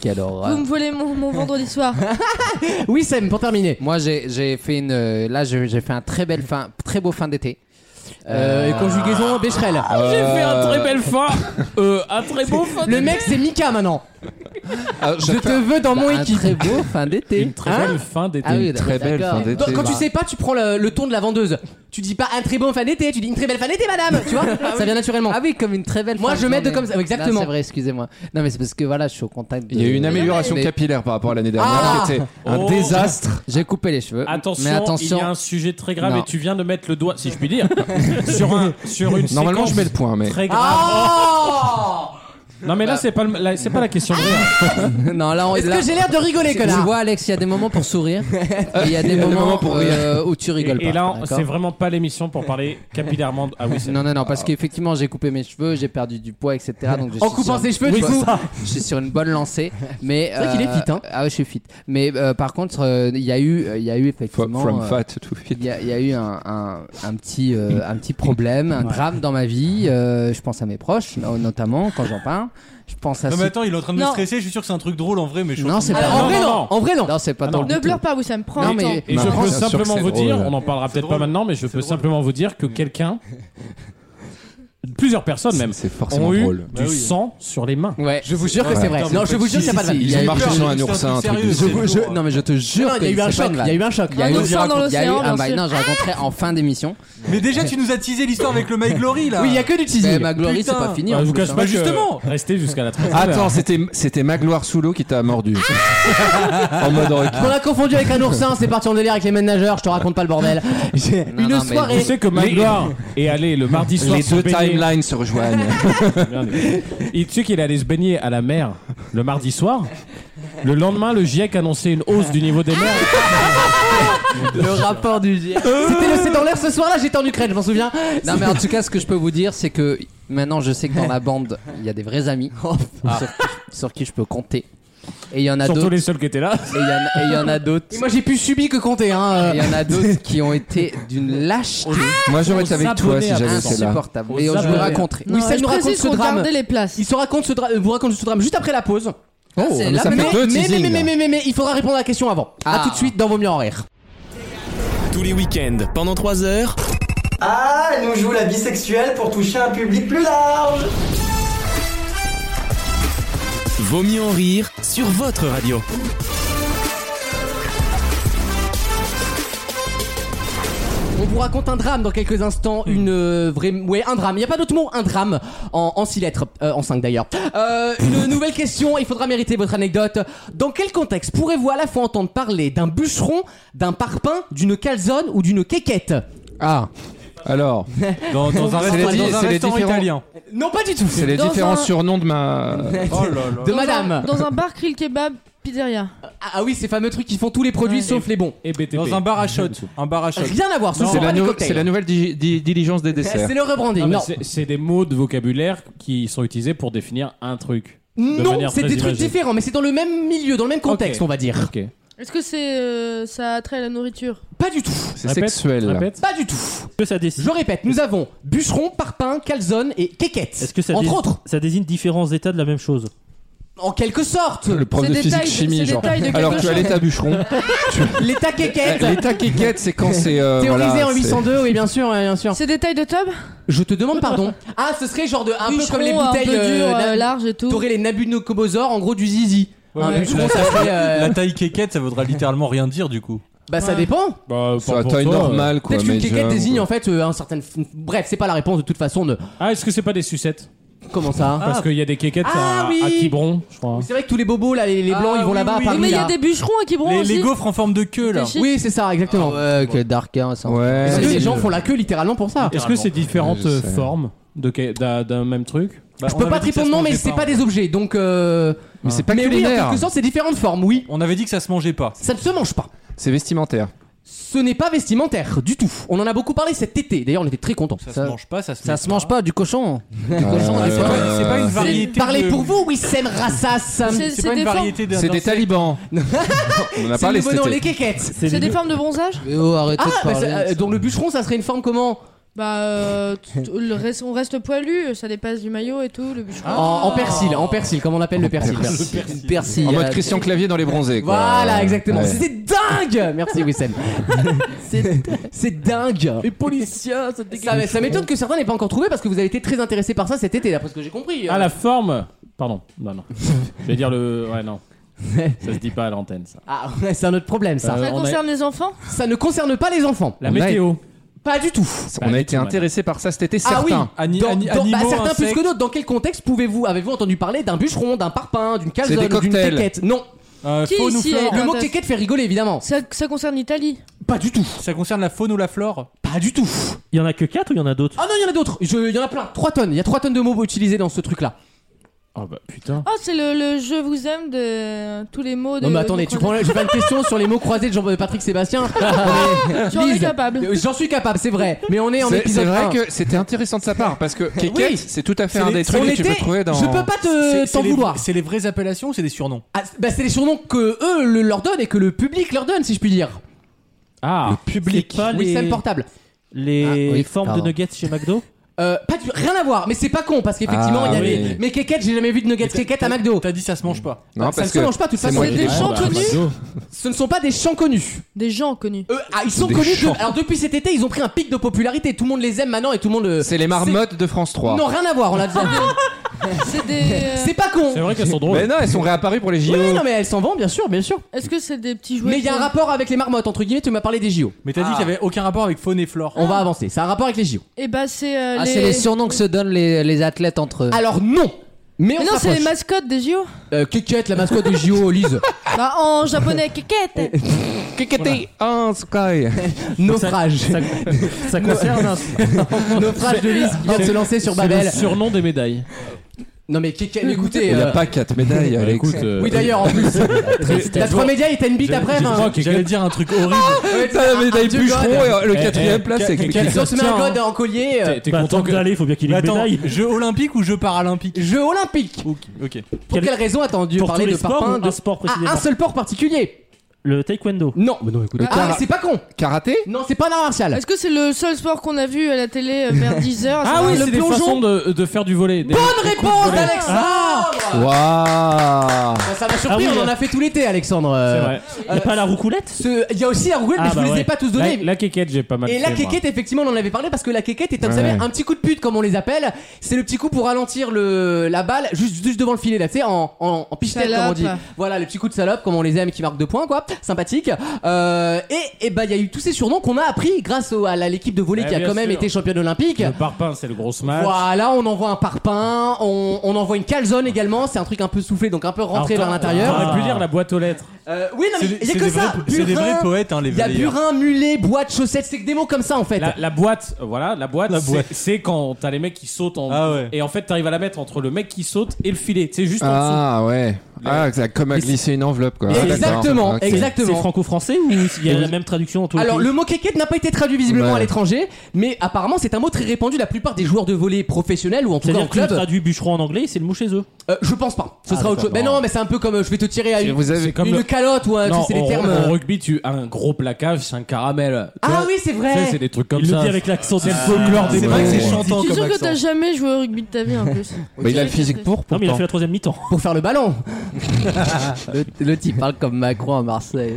Speaker 5: Quelle horreur.
Speaker 4: Vous me volez mon, mon vendredi soir.
Speaker 2: Oui, Sam, hein. pour terminer.
Speaker 5: Moi, j'ai j'ai fait une. euh, Là, j'ai j'ai fait un très belle fin, très beau fin d'été.
Speaker 2: Euh,
Speaker 5: Euh, ah
Speaker 2: Conjugaison Bécherel.
Speaker 7: Euh,
Speaker 3: J'ai fait un très belle fin, euh, un très beau fin.
Speaker 2: Le mec, c'est Mika maintenant.
Speaker 7: ah,
Speaker 2: Je te veux dans mon
Speaker 5: Bah, un
Speaker 2: équipe.
Speaker 5: très beau fin d'été.
Speaker 3: Une très
Speaker 2: Hein
Speaker 3: belle fin d'été.
Speaker 5: Ah oui,
Speaker 7: très belle
Speaker 5: d'accord.
Speaker 7: fin d'été.
Speaker 2: Quand tu sais pas, tu prends le, le ton de la vendeuse. Tu dis pas un très bon fan d'été, tu dis une très belle fan d'été, madame. Tu vois, ça vient naturellement.
Speaker 5: Ah oui, comme une très belle.
Speaker 2: Moi,
Speaker 5: fin de
Speaker 2: je mets de
Speaker 5: journée.
Speaker 2: comme ça, exactement.
Speaker 5: Non, C'est vrai, excusez-moi. Non, mais c'est parce que voilà, je suis au contact. de-
Speaker 7: Il y a eu une amélioration
Speaker 5: Ah, Mais-
Speaker 7: capillaire par rapport à l'année dernière
Speaker 2: Ah
Speaker 7: qui était un
Speaker 3: Oh.
Speaker 7: désastre.
Speaker 5: J'ai coupé les cheveux.
Speaker 3: Attention,
Speaker 5: mais attention.
Speaker 3: il y a un sujet très grave
Speaker 5: Non.
Speaker 3: et tu viens de mettre le doigt, si je puis dire, sur, un, sur une
Speaker 7: Normalement,
Speaker 3: séquence
Speaker 7: je mets le point, mais.
Speaker 3: très grave.
Speaker 5: Ah
Speaker 2: Oh
Speaker 3: Non mais là c'est pas le- là, c'est pas la question de rire.
Speaker 5: non, là, on
Speaker 2: Est-ce
Speaker 5: là-
Speaker 2: que j'ai l'air de rigoler,
Speaker 5: Je
Speaker 2: connard
Speaker 5: vois Alex, il y a des moments pour sourire, et il y a des moments, euh, où tu rigoles
Speaker 3: Et, et
Speaker 5: pas.
Speaker 3: là
Speaker 5: d'accord
Speaker 3: c'est vraiment pas l'émission pour parler capillairement Ah à Wissem.
Speaker 5: Non, non, non, parce qu'effectivement, j'ai coupé mes cheveux, j'ai perdu du poids, etc. Donc je
Speaker 2: En
Speaker 5: suis
Speaker 2: coupant
Speaker 5: sur-
Speaker 2: ses cheveux, du
Speaker 5: Oui,
Speaker 2: coup.
Speaker 5: je suis sur une bonne lancée. Mais
Speaker 2: vrai qu'il est fit, hein.
Speaker 5: Ah ouais, je suis fit. Mais euh, par contre, euh, il y a eu, euh, il y a eu
Speaker 7: From
Speaker 5: effectivement.
Speaker 7: from
Speaker 5: euh,
Speaker 7: fat to fit.
Speaker 5: il y, a, il y a eu un, un- un petit, euh, un petit problème, un drame dans ma vie. euh, je pense à mes proches, no- notamment quand j'en parle. Martin. Je pense à
Speaker 6: Non,
Speaker 5: ce-
Speaker 6: mais attends, il est en train de me
Speaker 4: Non.
Speaker 6: stresser, je suis sûr que c'est un truc drôle en vrai, mais je
Speaker 5: Non, c'est
Speaker 6: c'est
Speaker 5: pas
Speaker 2: Alors, en
Speaker 5: drôle.
Speaker 2: vrai,
Speaker 3: non,
Speaker 2: non.
Speaker 3: non.
Speaker 2: En vrai, non.
Speaker 5: Non, c'est pas
Speaker 3: Ah non.
Speaker 5: drôle.
Speaker 4: Ne
Speaker 5: du
Speaker 4: pleure
Speaker 5: tout.
Speaker 4: pas, Wissam, prends
Speaker 5: Non,
Speaker 4: le
Speaker 5: mais-
Speaker 4: temps.
Speaker 3: Et
Speaker 7: Non,
Speaker 3: je
Speaker 7: bien
Speaker 3: peux
Speaker 7: sûr que
Speaker 3: simplement
Speaker 7: c'est
Speaker 3: vous
Speaker 7: drôle.
Speaker 3: dire, on en parlera peut-être pas
Speaker 6: drôle.
Speaker 3: maintenant, mais je
Speaker 6: C'est
Speaker 3: peux
Speaker 6: drôle.
Speaker 3: simplement vous dire que quelqu'un, plusieurs personnes même,
Speaker 7: C'est
Speaker 3: ont
Speaker 7: forcément
Speaker 3: eu
Speaker 7: drôle.
Speaker 6: Bah
Speaker 3: du sang sur les mains.
Speaker 2: Ouais. Je vous jure que c'est vrai. Non, je vous jure que c'est pas de vanne.
Speaker 5: Il
Speaker 7: Ils
Speaker 5: y a
Speaker 7: ont
Speaker 5: eu
Speaker 7: marché
Speaker 6: peur,
Speaker 7: sur un
Speaker 6: c'est un
Speaker 7: oursin, un
Speaker 6: truc
Speaker 7: truc
Speaker 6: sérieux,
Speaker 7: de
Speaker 6: c'est
Speaker 7: fou.
Speaker 6: drôle.
Speaker 7: Je- Non, mais je te jure
Speaker 2: Non, il y a eu un
Speaker 5: c'est pas
Speaker 2: choc.
Speaker 5: une
Speaker 2: Il y a eu un choc.
Speaker 5: Il y a eu
Speaker 4: Un oursin dans
Speaker 5: il y a eu
Speaker 4: l'océan,
Speaker 5: un
Speaker 4: bien
Speaker 5: bail.
Speaker 4: sûr.
Speaker 5: Non, je raconterai en fin d'émission.
Speaker 2: Ah,
Speaker 6: Mais déjà, tu nous as teasé l'histoire avec le My Glory là.
Speaker 2: Oui, il y a que du
Speaker 5: Mais
Speaker 2: teasing.
Speaker 5: Ben, ma glory, c'est
Speaker 6: Putain.
Speaker 5: pas
Speaker 2: Ah,
Speaker 5: fini.
Speaker 3: Bah,
Speaker 5: en
Speaker 3: je vous
Speaker 5: plus,
Speaker 3: cache
Speaker 5: hein.
Speaker 3: pas que-
Speaker 6: justement.
Speaker 3: Restez jusqu'à la troisième.
Speaker 7: Attends, c'était c'était Magloire sous l'eau qui t'a mordu. en mode rock.
Speaker 2: On l'a confondu avec un oursin, c'est parti en délire avec les ménageurs, je te raconte pas le bordel. J'ai
Speaker 5: Non,
Speaker 2: Une
Speaker 5: non, mais-
Speaker 2: soirée.
Speaker 3: Tu sais que Magloire est allé le mardi soir
Speaker 7: Les
Speaker 3: se
Speaker 7: deux
Speaker 3: baigner.
Speaker 7: timelines se rejoignent.
Speaker 3: Merde. Et tu sais qu'il est allé se baigner à la mer le mardi soir. Le lendemain, le GIEC annonçait une hausse du niveau des mers.
Speaker 2: Le rapport du GIEC. C'était le C'est dans l'air ce soir-là, j'étais en Ukraine, je m'en souviens.
Speaker 5: Non, mais en tout cas, ce que je peux vous dire, c'est que maintenant, je sais que dans la bande, il y a des vrais amis
Speaker 2: Oh,
Speaker 5: sur, sur qui je peux compter. Et il y en
Speaker 7: Ah,
Speaker 5: a
Speaker 3: Surtout
Speaker 5: d'autres.
Speaker 3: les seuls qui étaient là.
Speaker 5: Et il y en- et il y en a d'autres.
Speaker 2: Et moi j'ai plus subi que compter, hein.
Speaker 5: Ah, Il y en a d'autres qui ont été d'une lâcheté
Speaker 7: Moi, j'aurais été avec toi si
Speaker 3: abonnés à
Speaker 7: j'avais été là.
Speaker 5: insupportable.
Speaker 3: Aux
Speaker 5: Et je vous
Speaker 3: abonnés.
Speaker 5: raconterai.
Speaker 2: Oui, ça
Speaker 4: je
Speaker 2: nous raconte
Speaker 4: précise
Speaker 2: ce
Speaker 4: qu'on
Speaker 2: drame.
Speaker 4: gardait les places.
Speaker 2: Il se raconte ce drame, vous raconte ce drame juste après la pause.
Speaker 7: Oh,
Speaker 5: c'est
Speaker 7: mais
Speaker 5: là,
Speaker 7: ça
Speaker 2: Ah, mais,
Speaker 7: fait deux
Speaker 2: mais, mais, mais,
Speaker 7: teasings.
Speaker 2: mais, mais, mais, mais, il faudra répondre à la question avant. A
Speaker 5: Ah.
Speaker 2: tout de suite dans Vos mieux en rire.
Speaker 1: Tous les week-ends, pendant 3 heures,
Speaker 9: Ah, elle nous joue la bisexuelle pour toucher un public plus large.
Speaker 1: Vaut mieux en rire sur votre radio.
Speaker 2: On vous raconte un drame dans quelques instants,
Speaker 7: Hmm.
Speaker 2: une euh, vraie. Ouais, un drame. Il n'y a pas d'autre mot, un drame. En, en six lettres, Euh, en cinq d'ailleurs. Euh, une nouvelle question, il faudra mériter votre anecdote. Dans quel contexte pourrez-vous à la fois entendre parler d'un bûcheron, d'un parpaing, d'une calzone ou d'une quéquette
Speaker 7: Ah. Alors,
Speaker 6: Dans, dans un
Speaker 7: C'est
Speaker 6: restaurant,
Speaker 7: les di-
Speaker 6: dans un
Speaker 7: c'est les
Speaker 6: restaurant
Speaker 7: différents-
Speaker 6: italien.
Speaker 2: Non, pas du tout.
Speaker 7: c'est les
Speaker 4: Dans
Speaker 7: différents
Speaker 4: un-
Speaker 7: surnoms de ma.
Speaker 6: Oh là là.
Speaker 2: De
Speaker 4: Dans un-
Speaker 2: madame.
Speaker 4: Dans un bar grill kebab pizzeria.
Speaker 2: Ah, ah oui, ces fameux trucs qui font tous les produits
Speaker 4: Ouais.
Speaker 2: sauf les bons.
Speaker 3: Et BTP.
Speaker 6: Dans un bar à shot. Un bar à shot.
Speaker 2: Rien à voir, ce
Speaker 7: Ah, C'est
Speaker 2: sont
Speaker 7: la,
Speaker 2: pas des
Speaker 7: nou-
Speaker 2: cocktails.
Speaker 7: c'est la Ah, nouvelle digi- di- diligence des desserts.
Speaker 2: C'est le rebranding.
Speaker 3: Non, Ah, mais
Speaker 2: Non,
Speaker 3: c'est- C'est des mots de vocabulaire qui sont utilisés pour définir un truc. de
Speaker 2: non
Speaker 3: manière
Speaker 2: c'est
Speaker 3: très
Speaker 2: des trucs
Speaker 3: imagée.
Speaker 2: différents, mais c'est dans le même milieu, dans le même contexte,
Speaker 3: Ok.
Speaker 2: on va dire.
Speaker 3: Ok.
Speaker 4: Est-ce que c'est euh, ça a trait à la nourriture
Speaker 2: Pas du tout.
Speaker 7: C'est
Speaker 3: Répète,
Speaker 7: sexuel.
Speaker 3: Répète.
Speaker 2: Pas du tout.
Speaker 8: Est-ce que ça désigne,
Speaker 2: Je répète, nous avons bûcheron, parpaing, calzone et
Speaker 8: est-ce
Speaker 2: quéquette.
Speaker 8: que ça
Speaker 2: Entre
Speaker 8: désigne-
Speaker 2: autres,
Speaker 8: ça désigne différents états de la même chose
Speaker 2: en quelque sorte,
Speaker 7: Le prof
Speaker 4: C'est
Speaker 7: de
Speaker 4: des
Speaker 7: physique
Speaker 4: tailles-
Speaker 7: chimie,
Speaker 4: c'est des
Speaker 7: genre.
Speaker 4: tailles de quelque
Speaker 7: Alors, tu as
Speaker 4: chose.
Speaker 7: l'état bûcheron.
Speaker 2: l'état quéquette.
Speaker 7: L'état quéquette, c'est quand c'est. euh,
Speaker 2: Théorisé
Speaker 7: voilà,
Speaker 2: en
Speaker 7: c'est-
Speaker 2: 802, oui bien sûr, oui, bien sûr.
Speaker 4: C'est des tailles de tub
Speaker 2: Je te demande pardon. Ah, ce serait genre de un peu comme les bouteilles
Speaker 4: un peu
Speaker 2: euh,
Speaker 4: dures,
Speaker 2: na-
Speaker 4: euh, larges et tout.
Speaker 2: T'aurais les nabucodonosores en gros du zizi.
Speaker 6: Ouais,
Speaker 2: Un
Speaker 6: ouais.
Speaker 2: bûcheron,
Speaker 6: La
Speaker 2: ça
Speaker 6: taille-
Speaker 2: fait, euh,
Speaker 6: La taille quéquette, ça voudra littéralement rien dire du coup.
Speaker 2: Bah ça dépend.
Speaker 3: Bah,
Speaker 7: Sur
Speaker 3: pas
Speaker 7: la
Speaker 3: pour
Speaker 7: taille
Speaker 3: toi, euh.
Speaker 7: normale, quoi.
Speaker 2: Peut-être qu'une
Speaker 7: medium,
Speaker 2: quéquette
Speaker 7: quoi.
Speaker 2: désigne en fait euh, un certain. f- Bref, c'est pas la réponse de toute façon. Ne...
Speaker 3: Ah, est-ce que c'est pas des sucettes
Speaker 2: Comment ça
Speaker 3: Parce qu'il y a des quéquettes
Speaker 2: Ah,
Speaker 3: à,
Speaker 2: oui.
Speaker 3: à Quiberon, je crois.
Speaker 2: C'est vrai que tous les bobos là, les, les blancs,
Speaker 6: Ah,
Speaker 2: ils vont
Speaker 6: oui,
Speaker 2: là-bas
Speaker 6: oui,
Speaker 2: à
Speaker 6: oui.
Speaker 2: Paris.
Speaker 4: mais il y
Speaker 2: là.
Speaker 4: a des bûcherons à qui
Speaker 6: Les, les
Speaker 4: aussi.
Speaker 6: gaufres en forme de queue là.
Speaker 4: Des chi-
Speaker 2: Oui, c'est ça, exactement.
Speaker 5: Ouais, que Darkin, ça.
Speaker 7: Ouais.
Speaker 2: Parce que les
Speaker 7: c'est-
Speaker 2: gens font la queue littéralement pour ça.
Speaker 3: Est-ce que c'est différentes
Speaker 7: Je
Speaker 3: euh,
Speaker 7: sais.
Speaker 3: formes de que- d'un d'un même truc
Speaker 6: Bah,
Speaker 2: Je
Speaker 6: on
Speaker 2: peux pas
Speaker 6: avait
Speaker 2: te
Speaker 6: dit que ça
Speaker 2: répondre
Speaker 6: se
Speaker 2: non, mais
Speaker 6: mangeait
Speaker 2: c'est
Speaker 6: en
Speaker 2: pas
Speaker 6: vrai.
Speaker 2: des objets, donc. euh,
Speaker 7: Mais c'est pas
Speaker 2: Mais oui, en
Speaker 7: culinaire.
Speaker 2: quelque sorte, c'est différentes formes, oui.
Speaker 6: On avait dit que ça se mangeait pas.
Speaker 2: Ça ne se mange pas.
Speaker 7: C'est vestimentaire.
Speaker 2: Ce n'est pas vestimentaire du tout. On en a beaucoup parlé cet été. D'ailleurs, on était très contents.
Speaker 6: Ça,
Speaker 5: Ça-
Speaker 6: se mange pas, ça se.
Speaker 5: Ça
Speaker 6: met
Speaker 5: se mange pas, du cochon.
Speaker 7: Euh,
Speaker 6: C'est pas, c'est pas une variété.
Speaker 2: Parlez
Speaker 6: de-
Speaker 2: pour vous, Wissem Rassas.
Speaker 4: C'est-
Speaker 6: C'est pas une
Speaker 4: des formes-
Speaker 6: variété d'un.
Speaker 7: C'est des
Speaker 6: insecte.
Speaker 7: talibans. On en a
Speaker 2: C'est
Speaker 7: parlé
Speaker 2: le
Speaker 7: cet
Speaker 2: bonheur, les
Speaker 7: été.
Speaker 2: quéquettes.
Speaker 4: C'est des formes de bronzage
Speaker 5: Mais oh, arrêtez
Speaker 2: Ah,
Speaker 5: de
Speaker 2: bah,
Speaker 5: parler.
Speaker 2: ça- euh, donc le bûcheron, ça serait une forme comment
Speaker 4: Bah, euh, t- t- le reste- on reste poilu, ça dépasse du maillot et tout, le bûcheron.
Speaker 2: en, Ah, en persil, en persil, comme on appelle le persil.
Speaker 5: Persil.
Speaker 7: En
Speaker 5: euh,
Speaker 7: mode Christian Clavier dans les bronzés. quoi.
Speaker 2: Voilà, exactement.
Speaker 7: Ouais.
Speaker 2: C'est dingue. Merci Wissem. C'est- C'est dingue. Les policiers, ça, ça m'étonne que certains n'aient pas encore trouvé parce que vous avez été très intéressés par ça cet été, d'après ce que j'ai compris.
Speaker 3: Ah, la forme Pardon, non, non. Je vais dire le. Ouais, non. Ça se dit pas à l'antenne, ça.
Speaker 2: Ah, ouais, c'est un autre problème ça.
Speaker 3: Euh,
Speaker 4: Ça
Speaker 3: on a-
Speaker 4: concerne les enfants
Speaker 2: Ça ne concerne pas les enfants.
Speaker 3: La
Speaker 7: On a-
Speaker 3: météo.
Speaker 2: Pas du tout.
Speaker 7: On
Speaker 3: Bah,
Speaker 7: a été
Speaker 3: tout,
Speaker 7: intéressé par ça cet été,
Speaker 2: Ah oui.
Speaker 7: certains.
Speaker 6: Ani-
Speaker 2: Dans-
Speaker 6: ani-
Speaker 2: dans- bah,
Speaker 6: animaux,
Speaker 2: certains plus
Speaker 6: insectes.
Speaker 2: que d'autres. Dans quel contexte pouvez-vous, avez-vous entendu parler d'un bûcheron, d'un parpaing, d'une calzone,
Speaker 7: des
Speaker 2: d'une
Speaker 7: cocktails.
Speaker 2: quéquette Non.
Speaker 6: Euh,
Speaker 4: Qui
Speaker 6: faune ou
Speaker 4: ici
Speaker 6: flore
Speaker 4: est-
Speaker 2: Le mot
Speaker 4: Fantastique.
Speaker 2: quéquette fait rigoler évidemment.
Speaker 4: ça, ça concerne l'Italie.
Speaker 2: Pas du tout.
Speaker 6: Ça concerne la faune ou la flore
Speaker 2: Pas du tout.
Speaker 8: Il y en a que 4 ou il y en a d'autres
Speaker 2: Ah non, il y en a d'autres. Je- Il y en a plein. 3 tonnes. Il y a 3 tonnes de mots utilisés dans ce truc-là.
Speaker 3: Oh bah putain.
Speaker 4: Oh, c'est le, le je vous aime de tous les mots de.
Speaker 2: Non mais attendez,
Speaker 4: de-
Speaker 2: tu prends, je vais faire une question sur les mots croisés de Jean Patrick Sébastien.
Speaker 4: Tu en es
Speaker 2: Lise.
Speaker 4: capable.
Speaker 2: Euh, J'en suis capable, c'est vrai. Mais on est en
Speaker 7: C'est c'est
Speaker 2: épisode
Speaker 7: vrai
Speaker 2: 1.
Speaker 7: que c'était intéressant de sa part parce que Kékette,
Speaker 2: Oui.
Speaker 7: c'est tout à fait
Speaker 6: C'est
Speaker 7: un
Speaker 6: les
Speaker 7: des trucs
Speaker 2: On
Speaker 7: que tu peux
Speaker 2: était-
Speaker 7: trouver dans.
Speaker 2: Je peux pas
Speaker 6: C'est-
Speaker 2: te
Speaker 6: c'est
Speaker 2: t'en
Speaker 6: les-
Speaker 2: vouloir.
Speaker 6: C'est les vraies appellations ou c'est des surnoms
Speaker 2: Ah, bah c'est les surnoms que eux le- leur donnent et que le public leur donne, si je puis dire.
Speaker 3: Ah
Speaker 8: Public. Pas
Speaker 2: Oui,
Speaker 8: les,
Speaker 2: Sam portable.
Speaker 8: les
Speaker 5: Ah, oui,
Speaker 8: formes
Speaker 5: pardon.
Speaker 8: de nuggets chez McDo
Speaker 2: Euh, pas du- rien à voir, mais c'est pas con parce qu'effectivement
Speaker 7: Ah,
Speaker 2: il y a
Speaker 7: oui.
Speaker 2: des. Mais kékettes, j'ai jamais vu de nuggets kékettes à McDo.
Speaker 6: T'as dit ça se mange pas.
Speaker 7: Non,
Speaker 2: ça ne
Speaker 7: parce
Speaker 2: se
Speaker 7: que
Speaker 2: mange pas, de toute
Speaker 7: c'est
Speaker 2: façon.
Speaker 7: moi
Speaker 2: C'est
Speaker 7: qui
Speaker 2: des
Speaker 7: dis.
Speaker 2: gens
Speaker 7: Ah, bah,
Speaker 2: connus.
Speaker 7: McDo.
Speaker 2: Ce ne sont pas des chants connus.
Speaker 4: Des gens connus.
Speaker 2: Eux, ah, ils sont
Speaker 7: Des
Speaker 2: connus. de-
Speaker 7: chants.
Speaker 2: Alors depuis cet été, ils ont pris un pic de popularité. Tout le monde les aime maintenant et tout le monde. euh,
Speaker 7: C'est les marmottes de France 3.
Speaker 2: Non, rien à voir. On l'a déjà. dit.
Speaker 4: C'est des. euh,
Speaker 2: C'est pas con.
Speaker 3: C'est vrai qu'elles sont
Speaker 7: Mais
Speaker 3: drôles.
Speaker 7: non, elles sont réapparues pour les JO.
Speaker 2: Oui, oui, non, mais elles s'en vont, bien sûr, bien sûr.
Speaker 4: Est-ce que c'est des petits jouets
Speaker 2: Mais il y a un
Speaker 4: qui-
Speaker 2: rapport avec les marmottes, entre guillemets, tu m'as parlé des JO.
Speaker 6: Mais t'as dit
Speaker 2: Ah.
Speaker 6: qu'il y avait aucun rapport avec faune et flore.
Speaker 2: On va
Speaker 4: Ah.
Speaker 2: avancer, c'est un rapport avec les JO.
Speaker 4: Eh bah, c'est euh,
Speaker 5: Ah,
Speaker 4: les.
Speaker 5: c'est les Ah. surnoms que se donnent les, les athlètes entre eux.
Speaker 2: Alors non Mais on
Speaker 4: Mais non, c'est
Speaker 2: s'approche.
Speaker 4: les mascottes des JO.
Speaker 2: Euh, Kekette, la mascotte des JO, Lise.
Speaker 4: Bah, en japonais, kékette.
Speaker 7: Kékété, un sky. euh,
Speaker 2: Naufrage.
Speaker 8: Ça, ça concerne un
Speaker 2: Naufrage de Lise qui vient de se lancer sur
Speaker 3: C'est le
Speaker 2: Babel.
Speaker 3: surnom des médailles.
Speaker 2: Non mais Kekette, mais
Speaker 7: Il
Speaker 2: écoutez.
Speaker 7: n'y
Speaker 2: euh,
Speaker 7: a pas quatre médailles,
Speaker 3: Bah,
Speaker 7: Alex.
Speaker 3: écoute, euh,
Speaker 2: Oui d'ailleurs en plus. La
Speaker 3: tristesse.
Speaker 2: 3 médias et t'as une bite
Speaker 3: j'ai-
Speaker 2: après.
Speaker 3: j'ai-
Speaker 2: ben.
Speaker 3: je crois que-
Speaker 6: hein. J'allais dire un truc horrible.
Speaker 2: Ouais,
Speaker 7: T'as la médaille
Speaker 2: Ah, Dieu
Speaker 7: bûcheron
Speaker 2: God.
Speaker 7: et le
Speaker 3: Eh,
Speaker 7: quatrième
Speaker 3: eh,
Speaker 7: place,
Speaker 3: quel-
Speaker 7: c'est
Speaker 3: quel-
Speaker 2: Si on se met un code en collier. euh,
Speaker 3: Ah, T'es t'es
Speaker 8: Bah, tant
Speaker 3: content
Speaker 8: que
Speaker 3: que.
Speaker 8: d'aller, il faut bien qu'il ait
Speaker 6: Mais
Speaker 8: une
Speaker 6: attends,
Speaker 8: médaille.
Speaker 6: jeu olympique ou jeu paralympique
Speaker 2: Jeux olympiques.
Speaker 6: Ok. ok.
Speaker 2: Pour
Speaker 8: Quel-
Speaker 2: quelle raison attends-tu
Speaker 8: Pour
Speaker 2: parler
Speaker 8: tous
Speaker 2: de
Speaker 8: les sports
Speaker 2: parpaing
Speaker 8: ou
Speaker 2: de...
Speaker 8: un sport précisément
Speaker 2: Ah, un seul port particulier.
Speaker 8: Le taekwondo.
Speaker 2: Non. non écoute. Ah,
Speaker 7: car-
Speaker 2: mais c'est pas con.
Speaker 7: Karaté
Speaker 2: Non, c'est pas un art martial.
Speaker 4: Est-ce que c'est le seul sport qu'on a vu à la télé euh, vers 10h
Speaker 3: Ah oui,
Speaker 2: le
Speaker 3: c'est des
Speaker 2: plongeon.
Speaker 3: façons de, de faire du volet. Des-
Speaker 2: Bonne réponse d'Alexandre
Speaker 7: Waouh
Speaker 2: Ah, Bah, Ça m'a surpris,
Speaker 8: Ah oui,
Speaker 2: on en a fait tout l'été, Alexandre. euh.
Speaker 3: C'est vrai.
Speaker 8: Il y a pas la roucoulette
Speaker 2: Ce- Il y a aussi la roulette, mais
Speaker 8: Ah,
Speaker 2: je
Speaker 8: bah
Speaker 2: vous les ai
Speaker 8: ouais.
Speaker 2: pas tous
Speaker 3: La,
Speaker 2: donnés.
Speaker 3: la kékette, j'ai pas mal
Speaker 2: Et la
Speaker 3: fait, moi.
Speaker 2: kékette, effectivement, on en avait parlé parce que la kékette est un, vous
Speaker 7: Ouais.
Speaker 2: savez, un petit coup de pute, comme on les appelle. C'est le petit coup pour ralentir le, la balle juste, juste devant le filet, là, tu sais, en, en, en pichetette, comme on
Speaker 4: Salope.
Speaker 2: dit. Voilà, le petit coup de salope, comme on les aime, qui marque deux points, quoi. Sympathique. Euh, et, et bah, il y a eu tous ces surnoms qu'on a appris grâce au- à la- l'équipe de volley
Speaker 6: Eh,
Speaker 3: Ouais,
Speaker 2: qui a
Speaker 3: bien
Speaker 2: quand même
Speaker 3: sûr.
Speaker 2: été championne olympique.
Speaker 3: Le parpaing, euh, c'est le gros smash.
Speaker 2: Voilà, on envoie un parpaing, on, on envoie une calzone également, c'est un truc un peu soufflé, donc un peu rentré vers l'intérieur.
Speaker 3: On aurait pu
Speaker 8: Ah.
Speaker 3: lire la boîte aux lettres.
Speaker 2: Euh, oui, non,
Speaker 6: C'est
Speaker 2: mais
Speaker 6: des-
Speaker 2: il y a
Speaker 6: c'est
Speaker 2: que
Speaker 6: des
Speaker 2: ça.
Speaker 6: vrais- C'est des
Speaker 2: Burin,
Speaker 6: vrais poètes, hein, les
Speaker 2: Il y a
Speaker 6: Valléens.
Speaker 2: burin, mulet, boîte, chaussettes, c'est que des mots comme ça en fait.
Speaker 3: La, la boîte, euh, voilà, la boîte,
Speaker 6: La
Speaker 3: c'est-
Speaker 6: boîte.
Speaker 3: c'est quand t'as les mecs qui sautent en.
Speaker 6: Ah ouais.
Speaker 3: Et en fait, t'arrives à la mettre entre le mec qui saute et le filet. C'est juste en dessous.
Speaker 7: Ah ouais. Ah, c'est comme à
Speaker 3: Mais c'est-
Speaker 7: glisser une enveloppe, quoi. Ah,
Speaker 2: Exactement,
Speaker 7: d'accord. Ok.
Speaker 8: C'est
Speaker 2: exactement.
Speaker 8: franco-français ou il y a la même traduction en tout
Speaker 2: Alors le mot kékette n'a pas été traduit visiblement
Speaker 7: Ouais.
Speaker 2: à l'étranger, mais apparemment c'est un mot très répandu. La plupart des joueurs de volley professionnels ou en tout cas en
Speaker 8: C'est-à-dire que tu
Speaker 2: club,
Speaker 8: traduis bûcheron en anglais, c'est le mot chez eux.
Speaker 2: euh, je pense pas. Ce
Speaker 8: Ah,
Speaker 2: sera autre chose.
Speaker 8: d'accord.
Speaker 2: Mais non, mais c'est un peu comme euh, je vais te tirer à
Speaker 7: Et
Speaker 2: une,
Speaker 7: Vous avez...
Speaker 3: C'est comme
Speaker 2: une
Speaker 3: le.
Speaker 2: calotte ou un, tu
Speaker 3: Non,
Speaker 2: sais, c'est des
Speaker 3: en-
Speaker 2: termes.
Speaker 3: en
Speaker 2: euh,
Speaker 3: rugby, tu as un gros plaquage, c'est un caramel. Tu
Speaker 2: Ah
Speaker 3: vois,
Speaker 2: oui, c'est
Speaker 3: Tu sais,
Speaker 2: vrai.
Speaker 3: c'est des trucs comme
Speaker 8: il
Speaker 3: ça.
Speaker 8: le dit avec l'accent
Speaker 3: C'est le
Speaker 8: Ah.
Speaker 3: folklore des
Speaker 6: C'est vrai que
Speaker 7: Ouais.
Speaker 6: c'est chantant
Speaker 4: Je suis
Speaker 6: comme
Speaker 4: sûr que t'as
Speaker 6: accent.
Speaker 4: jamais joué au rugby de ta vie en plus.
Speaker 7: Bah, il a le physique pour,
Speaker 8: Non, mais il a
Speaker 7: pourtant.
Speaker 8: fait la troisième mi-temps.
Speaker 2: Pour faire le ballon.
Speaker 5: Le, le type parle comme Macron à Marseille.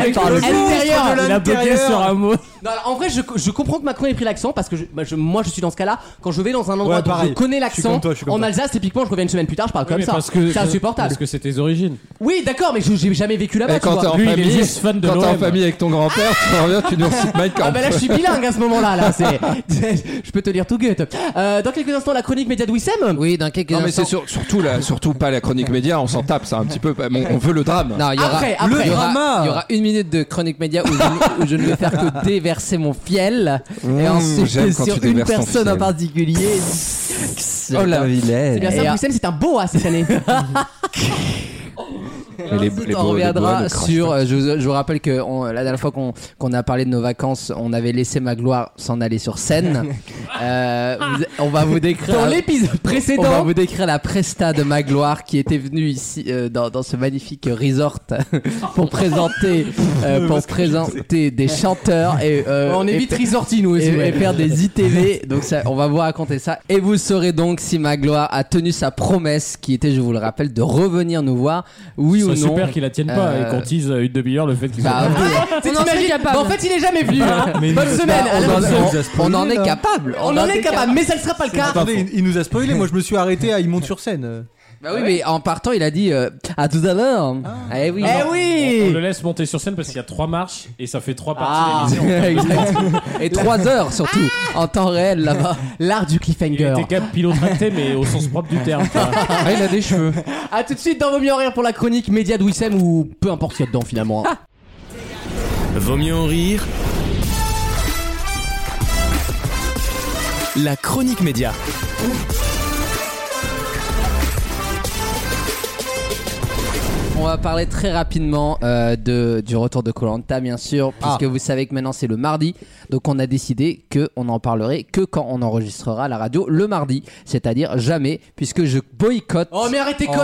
Speaker 2: Avec
Speaker 5: parle
Speaker 2: Ah, le
Speaker 5: de
Speaker 2: extérieur.
Speaker 3: Il a bloqué sur un mot.
Speaker 2: Non, alors, en vrai, je, je comprends que Macron ait pris l'accent parce que je- bah, je- moi, je suis dans ce cas-là. Quand je vais dans un endroit
Speaker 6: Ouais,
Speaker 2: dont
Speaker 6: pareil.
Speaker 2: je connais
Speaker 6: Je suis
Speaker 2: l'accent,
Speaker 6: comme toi, je suis comme
Speaker 2: en
Speaker 6: toi.
Speaker 2: Alsace, typiquement, je reviens une semaine plus tard, je parle
Speaker 3: Oui,
Speaker 2: comme
Speaker 3: mais
Speaker 2: ça.
Speaker 3: parce que-
Speaker 2: C'est insupportable.
Speaker 3: Parce que c'est tes origines.
Speaker 2: Oui, d'accord, mais je- j'ai jamais vécu là-bas.
Speaker 7: Et
Speaker 2: tu
Speaker 7: quand
Speaker 2: vois.
Speaker 7: t'es en
Speaker 3: Lui, il est
Speaker 7: famille,
Speaker 3: juste fan de
Speaker 7: quand t'es en
Speaker 3: l'OM.
Speaker 7: famille avec ton grand-père, tu reviens, tu nous recites Mike
Speaker 2: Ah bah là je suis bilingue à ce moment-là là, c'est je peux te lire tout Goethe. Euh, dans quelques instants la chronique média de Wissem.
Speaker 5: Oui, dans quelques
Speaker 7: Non mais
Speaker 5: instants.
Speaker 7: c'est sur- surtout la, surtout pas la chronique média, on s'en tape, ça un petit peu. bon, on veut le drame.
Speaker 5: Non, il y aura,
Speaker 2: Après, après.
Speaker 5: il y aura-
Speaker 6: drama.
Speaker 5: il y aura une minute de chronique média où je, où je ne vais faire que déverser mon fiel. et ensuite,
Speaker 7: Mmh, j'aime quand
Speaker 5: sur
Speaker 7: tu
Speaker 5: une
Speaker 7: déverses ton
Speaker 5: personne en
Speaker 7: fiel.
Speaker 5: particulier.
Speaker 2: C'est
Speaker 7: Oh la
Speaker 2: bien
Speaker 7: vilaine.
Speaker 5: Et euh,
Speaker 2: ça
Speaker 5: à-
Speaker 2: Wissem c'est un beau à cette année.
Speaker 7: Et les-
Speaker 5: Ensuite,
Speaker 7: les
Speaker 5: on
Speaker 7: beaux- les beaux
Speaker 5: reviendra
Speaker 7: ne crachent
Speaker 5: sur.
Speaker 7: pas.
Speaker 5: euh, Je vous, je vous rappelle que on- la dernière fois qu'on qu'on a parlé de nos vacances, on avait laissé Magloire s'en aller sur scène. Euh, vous- on va vous décrire.
Speaker 2: Ah. Dans l'épisode
Speaker 5: On va
Speaker 2: précédent.
Speaker 5: vous décrire la presta de Magloire qui était venue ici euh, dans, dans ce magnifique resort pour présenter euh, pour présenter des chanteurs et euh,
Speaker 2: On est
Speaker 5: et-
Speaker 2: vite resortis nous
Speaker 5: et,
Speaker 2: aussi. ouais.
Speaker 5: et faire des ITV donc ça, on va vous raconter ça et vous saurez donc si Magloire a tenu sa promesse qui était je vous le rappelle de revenir nous voir oui
Speaker 3: Ce
Speaker 5: ou
Speaker 3: serait
Speaker 5: non
Speaker 3: super qu'il la tienne pas
Speaker 5: Euh,
Speaker 3: et qu'on tease euh, une demi-heure le fait qu'il
Speaker 5: Bah,
Speaker 3: soit.
Speaker 2: Tu
Speaker 4: On en
Speaker 2: t'imagines-
Speaker 4: est capable.
Speaker 2: Bah, en fait il est jamais venu. hein.
Speaker 6: Mais
Speaker 2: Bonne
Speaker 6: nous-
Speaker 2: semaine.
Speaker 5: Bah,
Speaker 2: à la
Speaker 5: on, en,
Speaker 2: prochaine.
Speaker 6: vous a
Speaker 5: on- on en
Speaker 6: spoilé,
Speaker 5: est
Speaker 6: là.
Speaker 5: capable
Speaker 2: On en est capable mais ça ne sera pas le cas.
Speaker 6: Attendez, il, il nous a spoilé. Moi, je me suis arrêté à ils montent sur scène.
Speaker 5: Bah oui mais en partant il a dit euh, à tout à l'heure eh oui
Speaker 2: Eh
Speaker 3: On
Speaker 2: oui.
Speaker 3: le laisse monter sur scène parce qu'il y a trois marches et ça fait trois
Speaker 2: Ah.
Speaker 3: parties d'émission.
Speaker 5: Exact. et 3 heures surtout en temps réel là-bas
Speaker 2: L'art du
Speaker 3: Il
Speaker 2: cliffhanger.
Speaker 3: était capable pilotracté mais au sens propre du terme. tu vois.
Speaker 7: Ah, il a des cheveux.
Speaker 2: À tout de suite dans Vaut mieux en rire pour la chronique média de Wissem ou peu importe ce qu'il y a dedans finalement. hein.
Speaker 1: Vaut mieux en rire. La chronique média.
Speaker 5: on va parler très rapidement euh, de, du retour de Colanta, bien sûr,
Speaker 2: Ah.
Speaker 5: puisque vous savez que maintenant c'est le mardi. Donc on a décidé que on en parlerait que quand on enregistrera la radio le mardi, c'est-à-dire jamais, puisque je boycotte.
Speaker 2: Oh mais arrêtez
Speaker 5: Oh, si,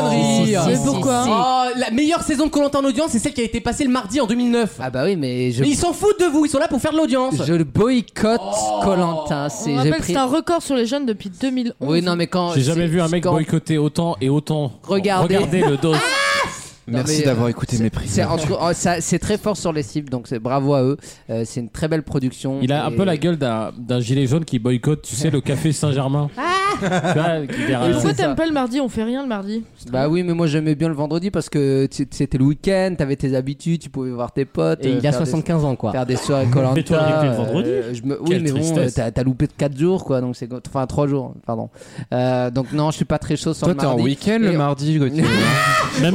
Speaker 2: conneries hein.
Speaker 5: si,
Speaker 4: Mais si, pourquoi si.
Speaker 2: Oh, La meilleure saison de Colanta en audience, c'est celle qui a été passée le mardi en 2009.
Speaker 5: Ah bah oui, mais je,
Speaker 2: Mais ils s'en foutent de vous, ils sont là pour faire de l'audience.
Speaker 5: je le boycotte Colanta.
Speaker 4: On
Speaker 5: Oh. c'est j'ai
Speaker 4: rappelle que
Speaker 5: pris.
Speaker 4: c'est un record sur les jeunes depuis 2011.
Speaker 5: Oui, non mais quand
Speaker 3: J'ai jamais
Speaker 5: Oh, c'est-
Speaker 3: vu un mec
Speaker 5: quand-
Speaker 3: boycotter autant et autant.
Speaker 5: Regardez.
Speaker 3: Regardez le dos.
Speaker 5: Non,
Speaker 7: Merci
Speaker 5: mais, euh,
Speaker 7: d'avoir écouté mes prix.
Speaker 5: C'est en tout cas, oh, ça- c'est très fort sur les cibles, donc c'est bravo à eux. Euh, c'est une très belle production.
Speaker 3: Il a un
Speaker 5: et-
Speaker 3: peu la gueule d'un d'un gilet jaune qui boycotte, tu sais, le café Saint-Germain. Tu vois, qui
Speaker 4: Mais
Speaker 3: derrière-
Speaker 4: Pourquoi
Speaker 5: c'est ça.
Speaker 4: t'aimes pas le mardi On fait rien le mardi.
Speaker 5: Bah oui, mais moi j'aimais bien le vendredi parce que t- c'était le week-end, t'avais tes habitudes, tu pouvais voir tes potes.
Speaker 2: Et
Speaker 5: euh,
Speaker 2: il y a
Speaker 5: faire des-
Speaker 2: 75 ans quoi.
Speaker 5: Faire des soirées Colanta. euh,
Speaker 8: Mais toi, avec le vendredi.
Speaker 5: je me... Oui,
Speaker 8: Quelle
Speaker 5: mais bon, euh,
Speaker 8: tristesse.
Speaker 5: t'as t'as loupé 4 jours quoi, donc c'est. Enfin, 3 jours, pardon. Euh, donc non, je suis pas très chaud sur
Speaker 7: Toi,
Speaker 5: le
Speaker 7: t'es en
Speaker 5: mardi.
Speaker 7: week-end le
Speaker 5: Et-
Speaker 7: mardi, Gauthier.
Speaker 8: Même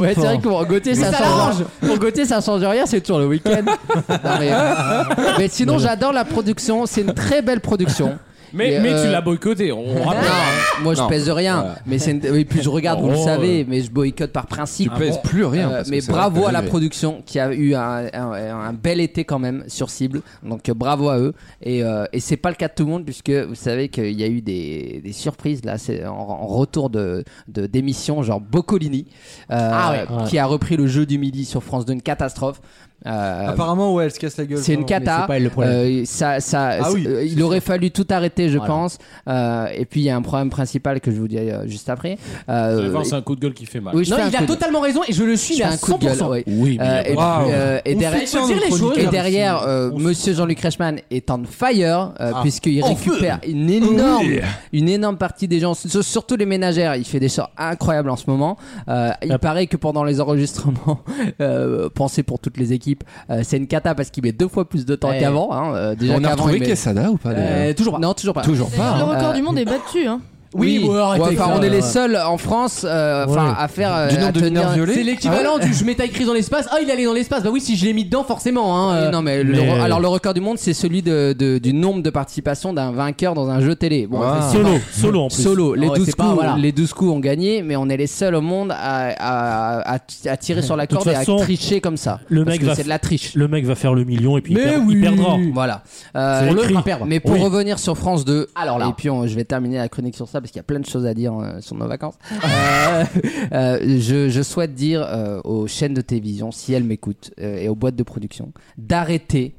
Speaker 5: Ouais, c'est
Speaker 8: pas.
Speaker 5: vrai que pour Gauthier, ça, change. Pour Gauthier, ça change rien, c'est toujours le week-end. Non, mais, euh, mais sinon, j'adore la production, c'est une très belle production.
Speaker 3: Mais,
Speaker 5: Et,
Speaker 3: mais
Speaker 5: euh,
Speaker 3: tu l'as boycotté, on rappelle.
Speaker 5: Non, moi je
Speaker 7: Non.
Speaker 5: pèse rien,
Speaker 7: Voilà.
Speaker 5: mais c'est une- et puis je regarde, vous le
Speaker 3: Oh,
Speaker 5: savez, mais je boycotte par
Speaker 7: Tu
Speaker 5: principe.
Speaker 7: pèses plus rien.
Speaker 5: Euh,
Speaker 7: parce que
Speaker 5: mais
Speaker 7: ça va
Speaker 5: bravo
Speaker 7: pas
Speaker 5: à la
Speaker 7: durer.
Speaker 5: production qui a eu un, un- un bel été quand même sur cible. Donc euh, bravo à eux. Et, euh, et c'est pas le cas de tout le monde puisque vous savez qu'il y a eu des, des surprises là c'est en, en retour de de- d'émissions genre Boccolini euh,
Speaker 6: Ah
Speaker 8: ouais.
Speaker 5: qui a repris le jeu du midi sur France 2 une catastrophe. Euh,
Speaker 6: Apparemment, ouais, elle se casse la gueule.
Speaker 5: c'est une
Speaker 6: vraiment.
Speaker 5: cata.
Speaker 6: Mais c'est pas elle le problème.
Speaker 5: Euh, ça, ça,
Speaker 6: Ah
Speaker 5: c'est-
Speaker 6: oui,
Speaker 5: euh,
Speaker 6: c'est
Speaker 5: il aurait fallu tout arrêter, je pense. Euh, et puis il y a un problème principal que je vous dirai euh, juste après. Euh,
Speaker 3: Vous allez voir, Ah, C'est un coup de gueule qui fait mal.
Speaker 5: oui, je
Speaker 2: Non,
Speaker 5: fais un
Speaker 2: il a
Speaker 5: coup de-
Speaker 2: totalement raison et je le suis
Speaker 5: je fais
Speaker 2: mais à
Speaker 5: un coup de gueule,
Speaker 2: 100%.
Speaker 5: ouais.
Speaker 3: Oui, mais
Speaker 5: Euh, et,
Speaker 7: Waouh.
Speaker 5: puis, euh, et
Speaker 6: On
Speaker 5: derrière,
Speaker 6: soutient
Speaker 2: faut dire
Speaker 6: nos
Speaker 2: les choses.
Speaker 5: et
Speaker 6: chroniqueurs
Speaker 5: derrière,
Speaker 6: aussi.
Speaker 5: euh, Monsieur Jean-Luc Reichmann est en fire
Speaker 7: Ah.
Speaker 5: euh, puisqu'il récupère une énorme, une énorme partie des gens, s- surtout les ménagères. Il fait des sorts incroyables en ce moment. Euh, il
Speaker 8: Ah.
Speaker 5: paraît que pendant les enregistrements euh, pensés pour toutes les équipes, euh, c'est une cata parce qu'il met deux fois plus de temps
Speaker 2: Ouais.
Speaker 5: qu'avant. hein. Euh, déjà
Speaker 7: On a
Speaker 5: qu'avant,
Speaker 7: retrouvé
Speaker 5: il met-
Speaker 7: Quesada ou pas d'ailleurs
Speaker 5: Euh, toujours pas. Non, toujours pas.
Speaker 7: Toujours pas.
Speaker 4: le
Speaker 7: hein.
Speaker 4: record
Speaker 5: Euh,
Speaker 4: du monde est battu. Hein.
Speaker 2: Oui, bon, arrêtez
Speaker 5: Ouais,
Speaker 2: avec
Speaker 5: enfin,
Speaker 2: ça,
Speaker 5: on est les
Speaker 2: ouais.
Speaker 5: seuls en France euh, enfin,
Speaker 8: Ouais.
Speaker 5: à faire. euh,
Speaker 7: Du nombre
Speaker 5: à
Speaker 7: de
Speaker 5: tenir-
Speaker 7: mineurs violés
Speaker 2: C'est l'équivalent du je mets ta crise dans l'espace. Ah, il est allé dans l'espace. Bah oui, si je l'ai mis dedans, forcément. Hein,
Speaker 5: Euh,
Speaker 2: euh.
Speaker 5: non mais, le
Speaker 8: mais-
Speaker 5: re- alors le record du monde c'est celui de, de- du nombre de participations d'un vainqueur dans un jeu télé. Bon,
Speaker 7: Ah.
Speaker 5: c'est-
Speaker 8: Solo, solo en plus.
Speaker 5: Solo, les
Speaker 2: Ah Ouais,
Speaker 5: 12
Speaker 2: c'est pas-
Speaker 5: coups,
Speaker 2: voilà.
Speaker 5: les 12 coups ont gagné, mais on est les seuls au monde à, à, à- à tirer sur la
Speaker 8: toute
Speaker 5: corde et à
Speaker 8: façon,
Speaker 5: tricher comme ça.
Speaker 8: le
Speaker 5: parce
Speaker 8: mec
Speaker 5: que
Speaker 8: va
Speaker 5: c'est de la triche.
Speaker 8: Le mec va faire le million et puis
Speaker 5: Mais
Speaker 8: il, perd- il perdra.
Speaker 5: Voilà. Euh,
Speaker 8: C'est
Speaker 5: on
Speaker 8: écrit.
Speaker 5: fera perdre. Mais pour
Speaker 8: Oui.
Speaker 5: revenir sur France 2,
Speaker 2: Alors là.
Speaker 5: et puis on- je vais terminer la chronique sur ça parce qu'il y a plein de choses à dire euh, sur nos vacances. Euh, euh, je, je souhaite dire euh, aux chaînes de télévision, si elles m'écoutent, euh, et aux boîtes de production, d'arrêter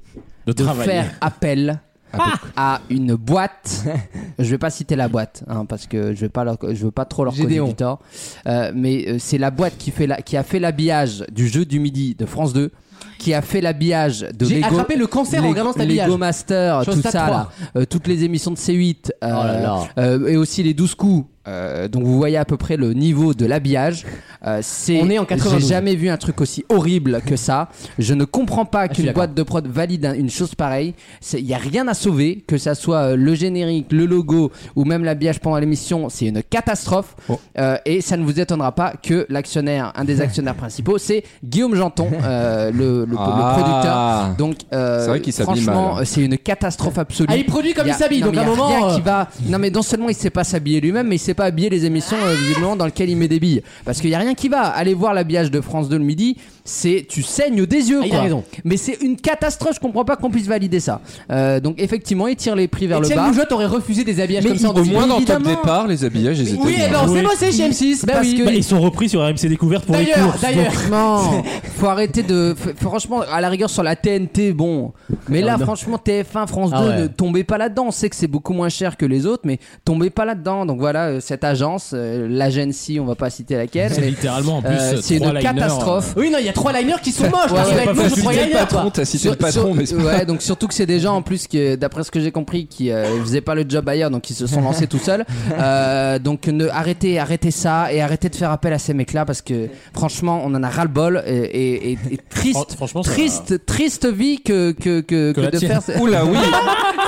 Speaker 3: de
Speaker 5: de
Speaker 3: travailler.
Speaker 5: faire appel
Speaker 8: Ah.
Speaker 5: à une boîte. je vais pas citer la boîte hein, parce que je vais pas leur- je veux pas trop leur causer
Speaker 2: Gédéon.
Speaker 5: du tort. Euh, mais euh, c'est la boîte qui fait la, qui a fait l'habillage du jeu du midi de France 2, qui a fait l'habillage de
Speaker 2: J'ai
Speaker 5: Lego.
Speaker 2: attrapé le cancer en
Speaker 5: Lego-
Speaker 2: regardant cet habillage.
Speaker 5: Lego Master,
Speaker 2: Chose
Speaker 5: tout
Speaker 2: à
Speaker 5: ça,
Speaker 2: trois. Oh
Speaker 5: là. Euh, toutes les émissions de C8 euh,
Speaker 2: là.
Speaker 5: euh, et aussi les 12 coups. euh, donc vous voyez à peu près le niveau de l'habillage. Euh, c'est,
Speaker 2: On est en 92.
Speaker 5: J'ai jamais vu un truc aussi horrible que ça. Je ne comprends pas
Speaker 2: Ah, suis
Speaker 5: qu'une
Speaker 2: d'accord.
Speaker 5: boîte de prod valide un- une chose pareille. Il y a rien à sauver, que ça soit euh, le générique, le logo ou même l'habillage pendant l'émission. C'est une catastrophe.
Speaker 2: Oh.
Speaker 5: Euh, et ça ne vous étonnera pas que l'actionnaire, un des actionnaires principaux, c'est Guillaume Janton, euh, le, le- le
Speaker 7: Ah.
Speaker 5: producteur. Donc euh,
Speaker 7: C'est vrai qu'il s'habille
Speaker 5: franchement,
Speaker 7: mal. hein.
Speaker 5: euh, c'est une catastrophe absolue.
Speaker 2: Ah, il produit comme
Speaker 5: Y a-
Speaker 2: il s'habille,
Speaker 5: non,
Speaker 2: donc
Speaker 5: mais
Speaker 2: à un
Speaker 5: y a rien
Speaker 2: moment. euh,
Speaker 5: qui va. Non, mais non seulement il sait pas s'habiller lui-même, mais il sait pas habiller les émissions euh, visiblement dans lesquelles il met des billes. Parce qu'il y a rien qui va. Allez voir l'habillage de France 2 le midi, c'est tu saignes des yeux.
Speaker 2: Ah, il
Speaker 5: quoi.
Speaker 2: a raison.
Speaker 5: Mais c'est une catastrophe. Je comprends pas qu'on puisse valider ça. Euh, donc effectivement, il tire les prix vers le
Speaker 2: Etienne
Speaker 5: bas.
Speaker 2: Moujotte aurait refusé des habillages
Speaker 5: Mais
Speaker 2: comme ça en
Speaker 7: Au
Speaker 5: il-
Speaker 7: moins dans Top
Speaker 5: Euh, évidemment.
Speaker 7: Départ, les habillages, ils étaient.
Speaker 2: Oui, eh
Speaker 7: bien.
Speaker 2: ben on
Speaker 8: Oui.
Speaker 2: s'est bossé chez M6.
Speaker 5: Bah
Speaker 2: parce
Speaker 5: oui.
Speaker 2: que-
Speaker 8: Bah, ils sont repris sur RMC Découverte pour les
Speaker 2: D'ailleurs,
Speaker 8: courses.
Speaker 2: d'ailleurs.
Speaker 8: donc-
Speaker 5: Non, faut arrêter de. f- Franchement, à la rigueur sur la TNT, bon. Mais là, franchement, TF1, France 2,
Speaker 2: Ah ouais.
Speaker 5: ne tombez pas là-dedans. On sait que c'est beaucoup moins cher que les autres, mais tombez pas là-dedans. Donc voilà, euh, cette agence, euh, l'agency, on va pas citer laquelle.
Speaker 3: C'est
Speaker 5: mais,
Speaker 3: littéralement en plus.
Speaker 5: euh, c'est
Speaker 3: trois
Speaker 5: une
Speaker 3: liners,
Speaker 5: catastrophe.
Speaker 2: Oui, non, il y a trois liners qui sont moches.
Speaker 5: Ouais,
Speaker 2: parce
Speaker 5: ouais,
Speaker 2: qu'il va
Speaker 5: ouais,
Speaker 2: être moche
Speaker 5: ouais,
Speaker 2: sur trois
Speaker 5: je
Speaker 7: T'as
Speaker 5: dis
Speaker 7: le
Speaker 2: liners,
Speaker 7: patron,
Speaker 2: quoi.
Speaker 7: t'as cité le
Speaker 5: Sur-
Speaker 7: patron,
Speaker 5: sur-
Speaker 7: mais c'est pas-
Speaker 5: ouais, donc surtout que c'est des gens en plus que d'après ce que j'ai compris qui euh, faisaient pas le job ailleurs donc ils se sont lancés tout seuls. Euh, donc ne arrêtez arrêtez ça et arrêtez de faire appel à ces mecs là parce que franchement on en a ras le bol et, et- et- et
Speaker 3: euh,
Speaker 5: triste
Speaker 3: fran- Franchement, ça-
Speaker 5: triste triste vie que que que, que
Speaker 3: la
Speaker 5: de
Speaker 3: tienne.
Speaker 5: faire ce-
Speaker 7: Oula oui,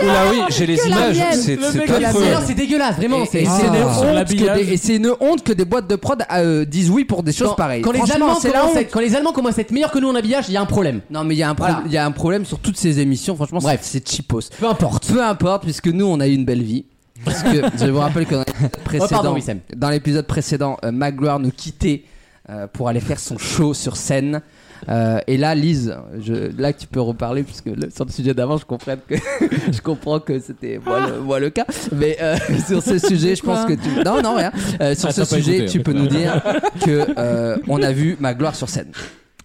Speaker 7: oula oui, j'ai les images.
Speaker 5: mienne.
Speaker 7: C'est
Speaker 5: Le
Speaker 7: c'est
Speaker 5: mec
Speaker 7: pas
Speaker 5: de la
Speaker 7: faux.
Speaker 5: mienne.
Speaker 2: Non, c'est dégueulasse,
Speaker 5: Et-
Speaker 2: vraiment.
Speaker 5: et
Speaker 2: c'est- Ah.
Speaker 5: c'est
Speaker 2: c'est-
Speaker 5: une honte que
Speaker 3: l'habillage.
Speaker 5: des- et c'est une honte que des boîtes de prod euh, disent oui pour des choses
Speaker 2: Quand-
Speaker 5: pareilles.
Speaker 2: Quand les
Speaker 5: Franchement,
Speaker 2: Allemands
Speaker 5: c'est la
Speaker 2: commencent à
Speaker 5: honte.
Speaker 2: être- quand les Allemands commencent à être meilleurs que nous en habillage, il y a un problème.
Speaker 5: Non mais il y, a un pro-
Speaker 2: Voilà.
Speaker 5: il y a un problème sur toutes ces émissions, franchement
Speaker 2: Bref.
Speaker 5: c'est c'est cheapos.
Speaker 2: Peu importe.
Speaker 5: Peu importe, puisque nous, on a eu une belle vie. Oh, Parce que je vous rappelle que dans l'épisode précédent,
Speaker 2: pardon, Wissem.
Speaker 5: dans l'épisode précédent, euh, Magloire nous quittait euh, pour aller faire son show sur scène. Euh, et là, Lise, je, là tu peux reparler puisque le- sur le sujet d'avant, je comprends que je comprends que c'était moi, le- moi le cas. Mais euh, sur ce sujet, je
Speaker 4: Quoi
Speaker 5: pense que tu non non rien. Euh, sur
Speaker 3: Ah,
Speaker 5: ce
Speaker 3: t'as pas
Speaker 5: sujet,
Speaker 3: écouté,
Speaker 5: tu
Speaker 3: en
Speaker 5: peux nous dire que euh, on a vu ma gloire sur scène.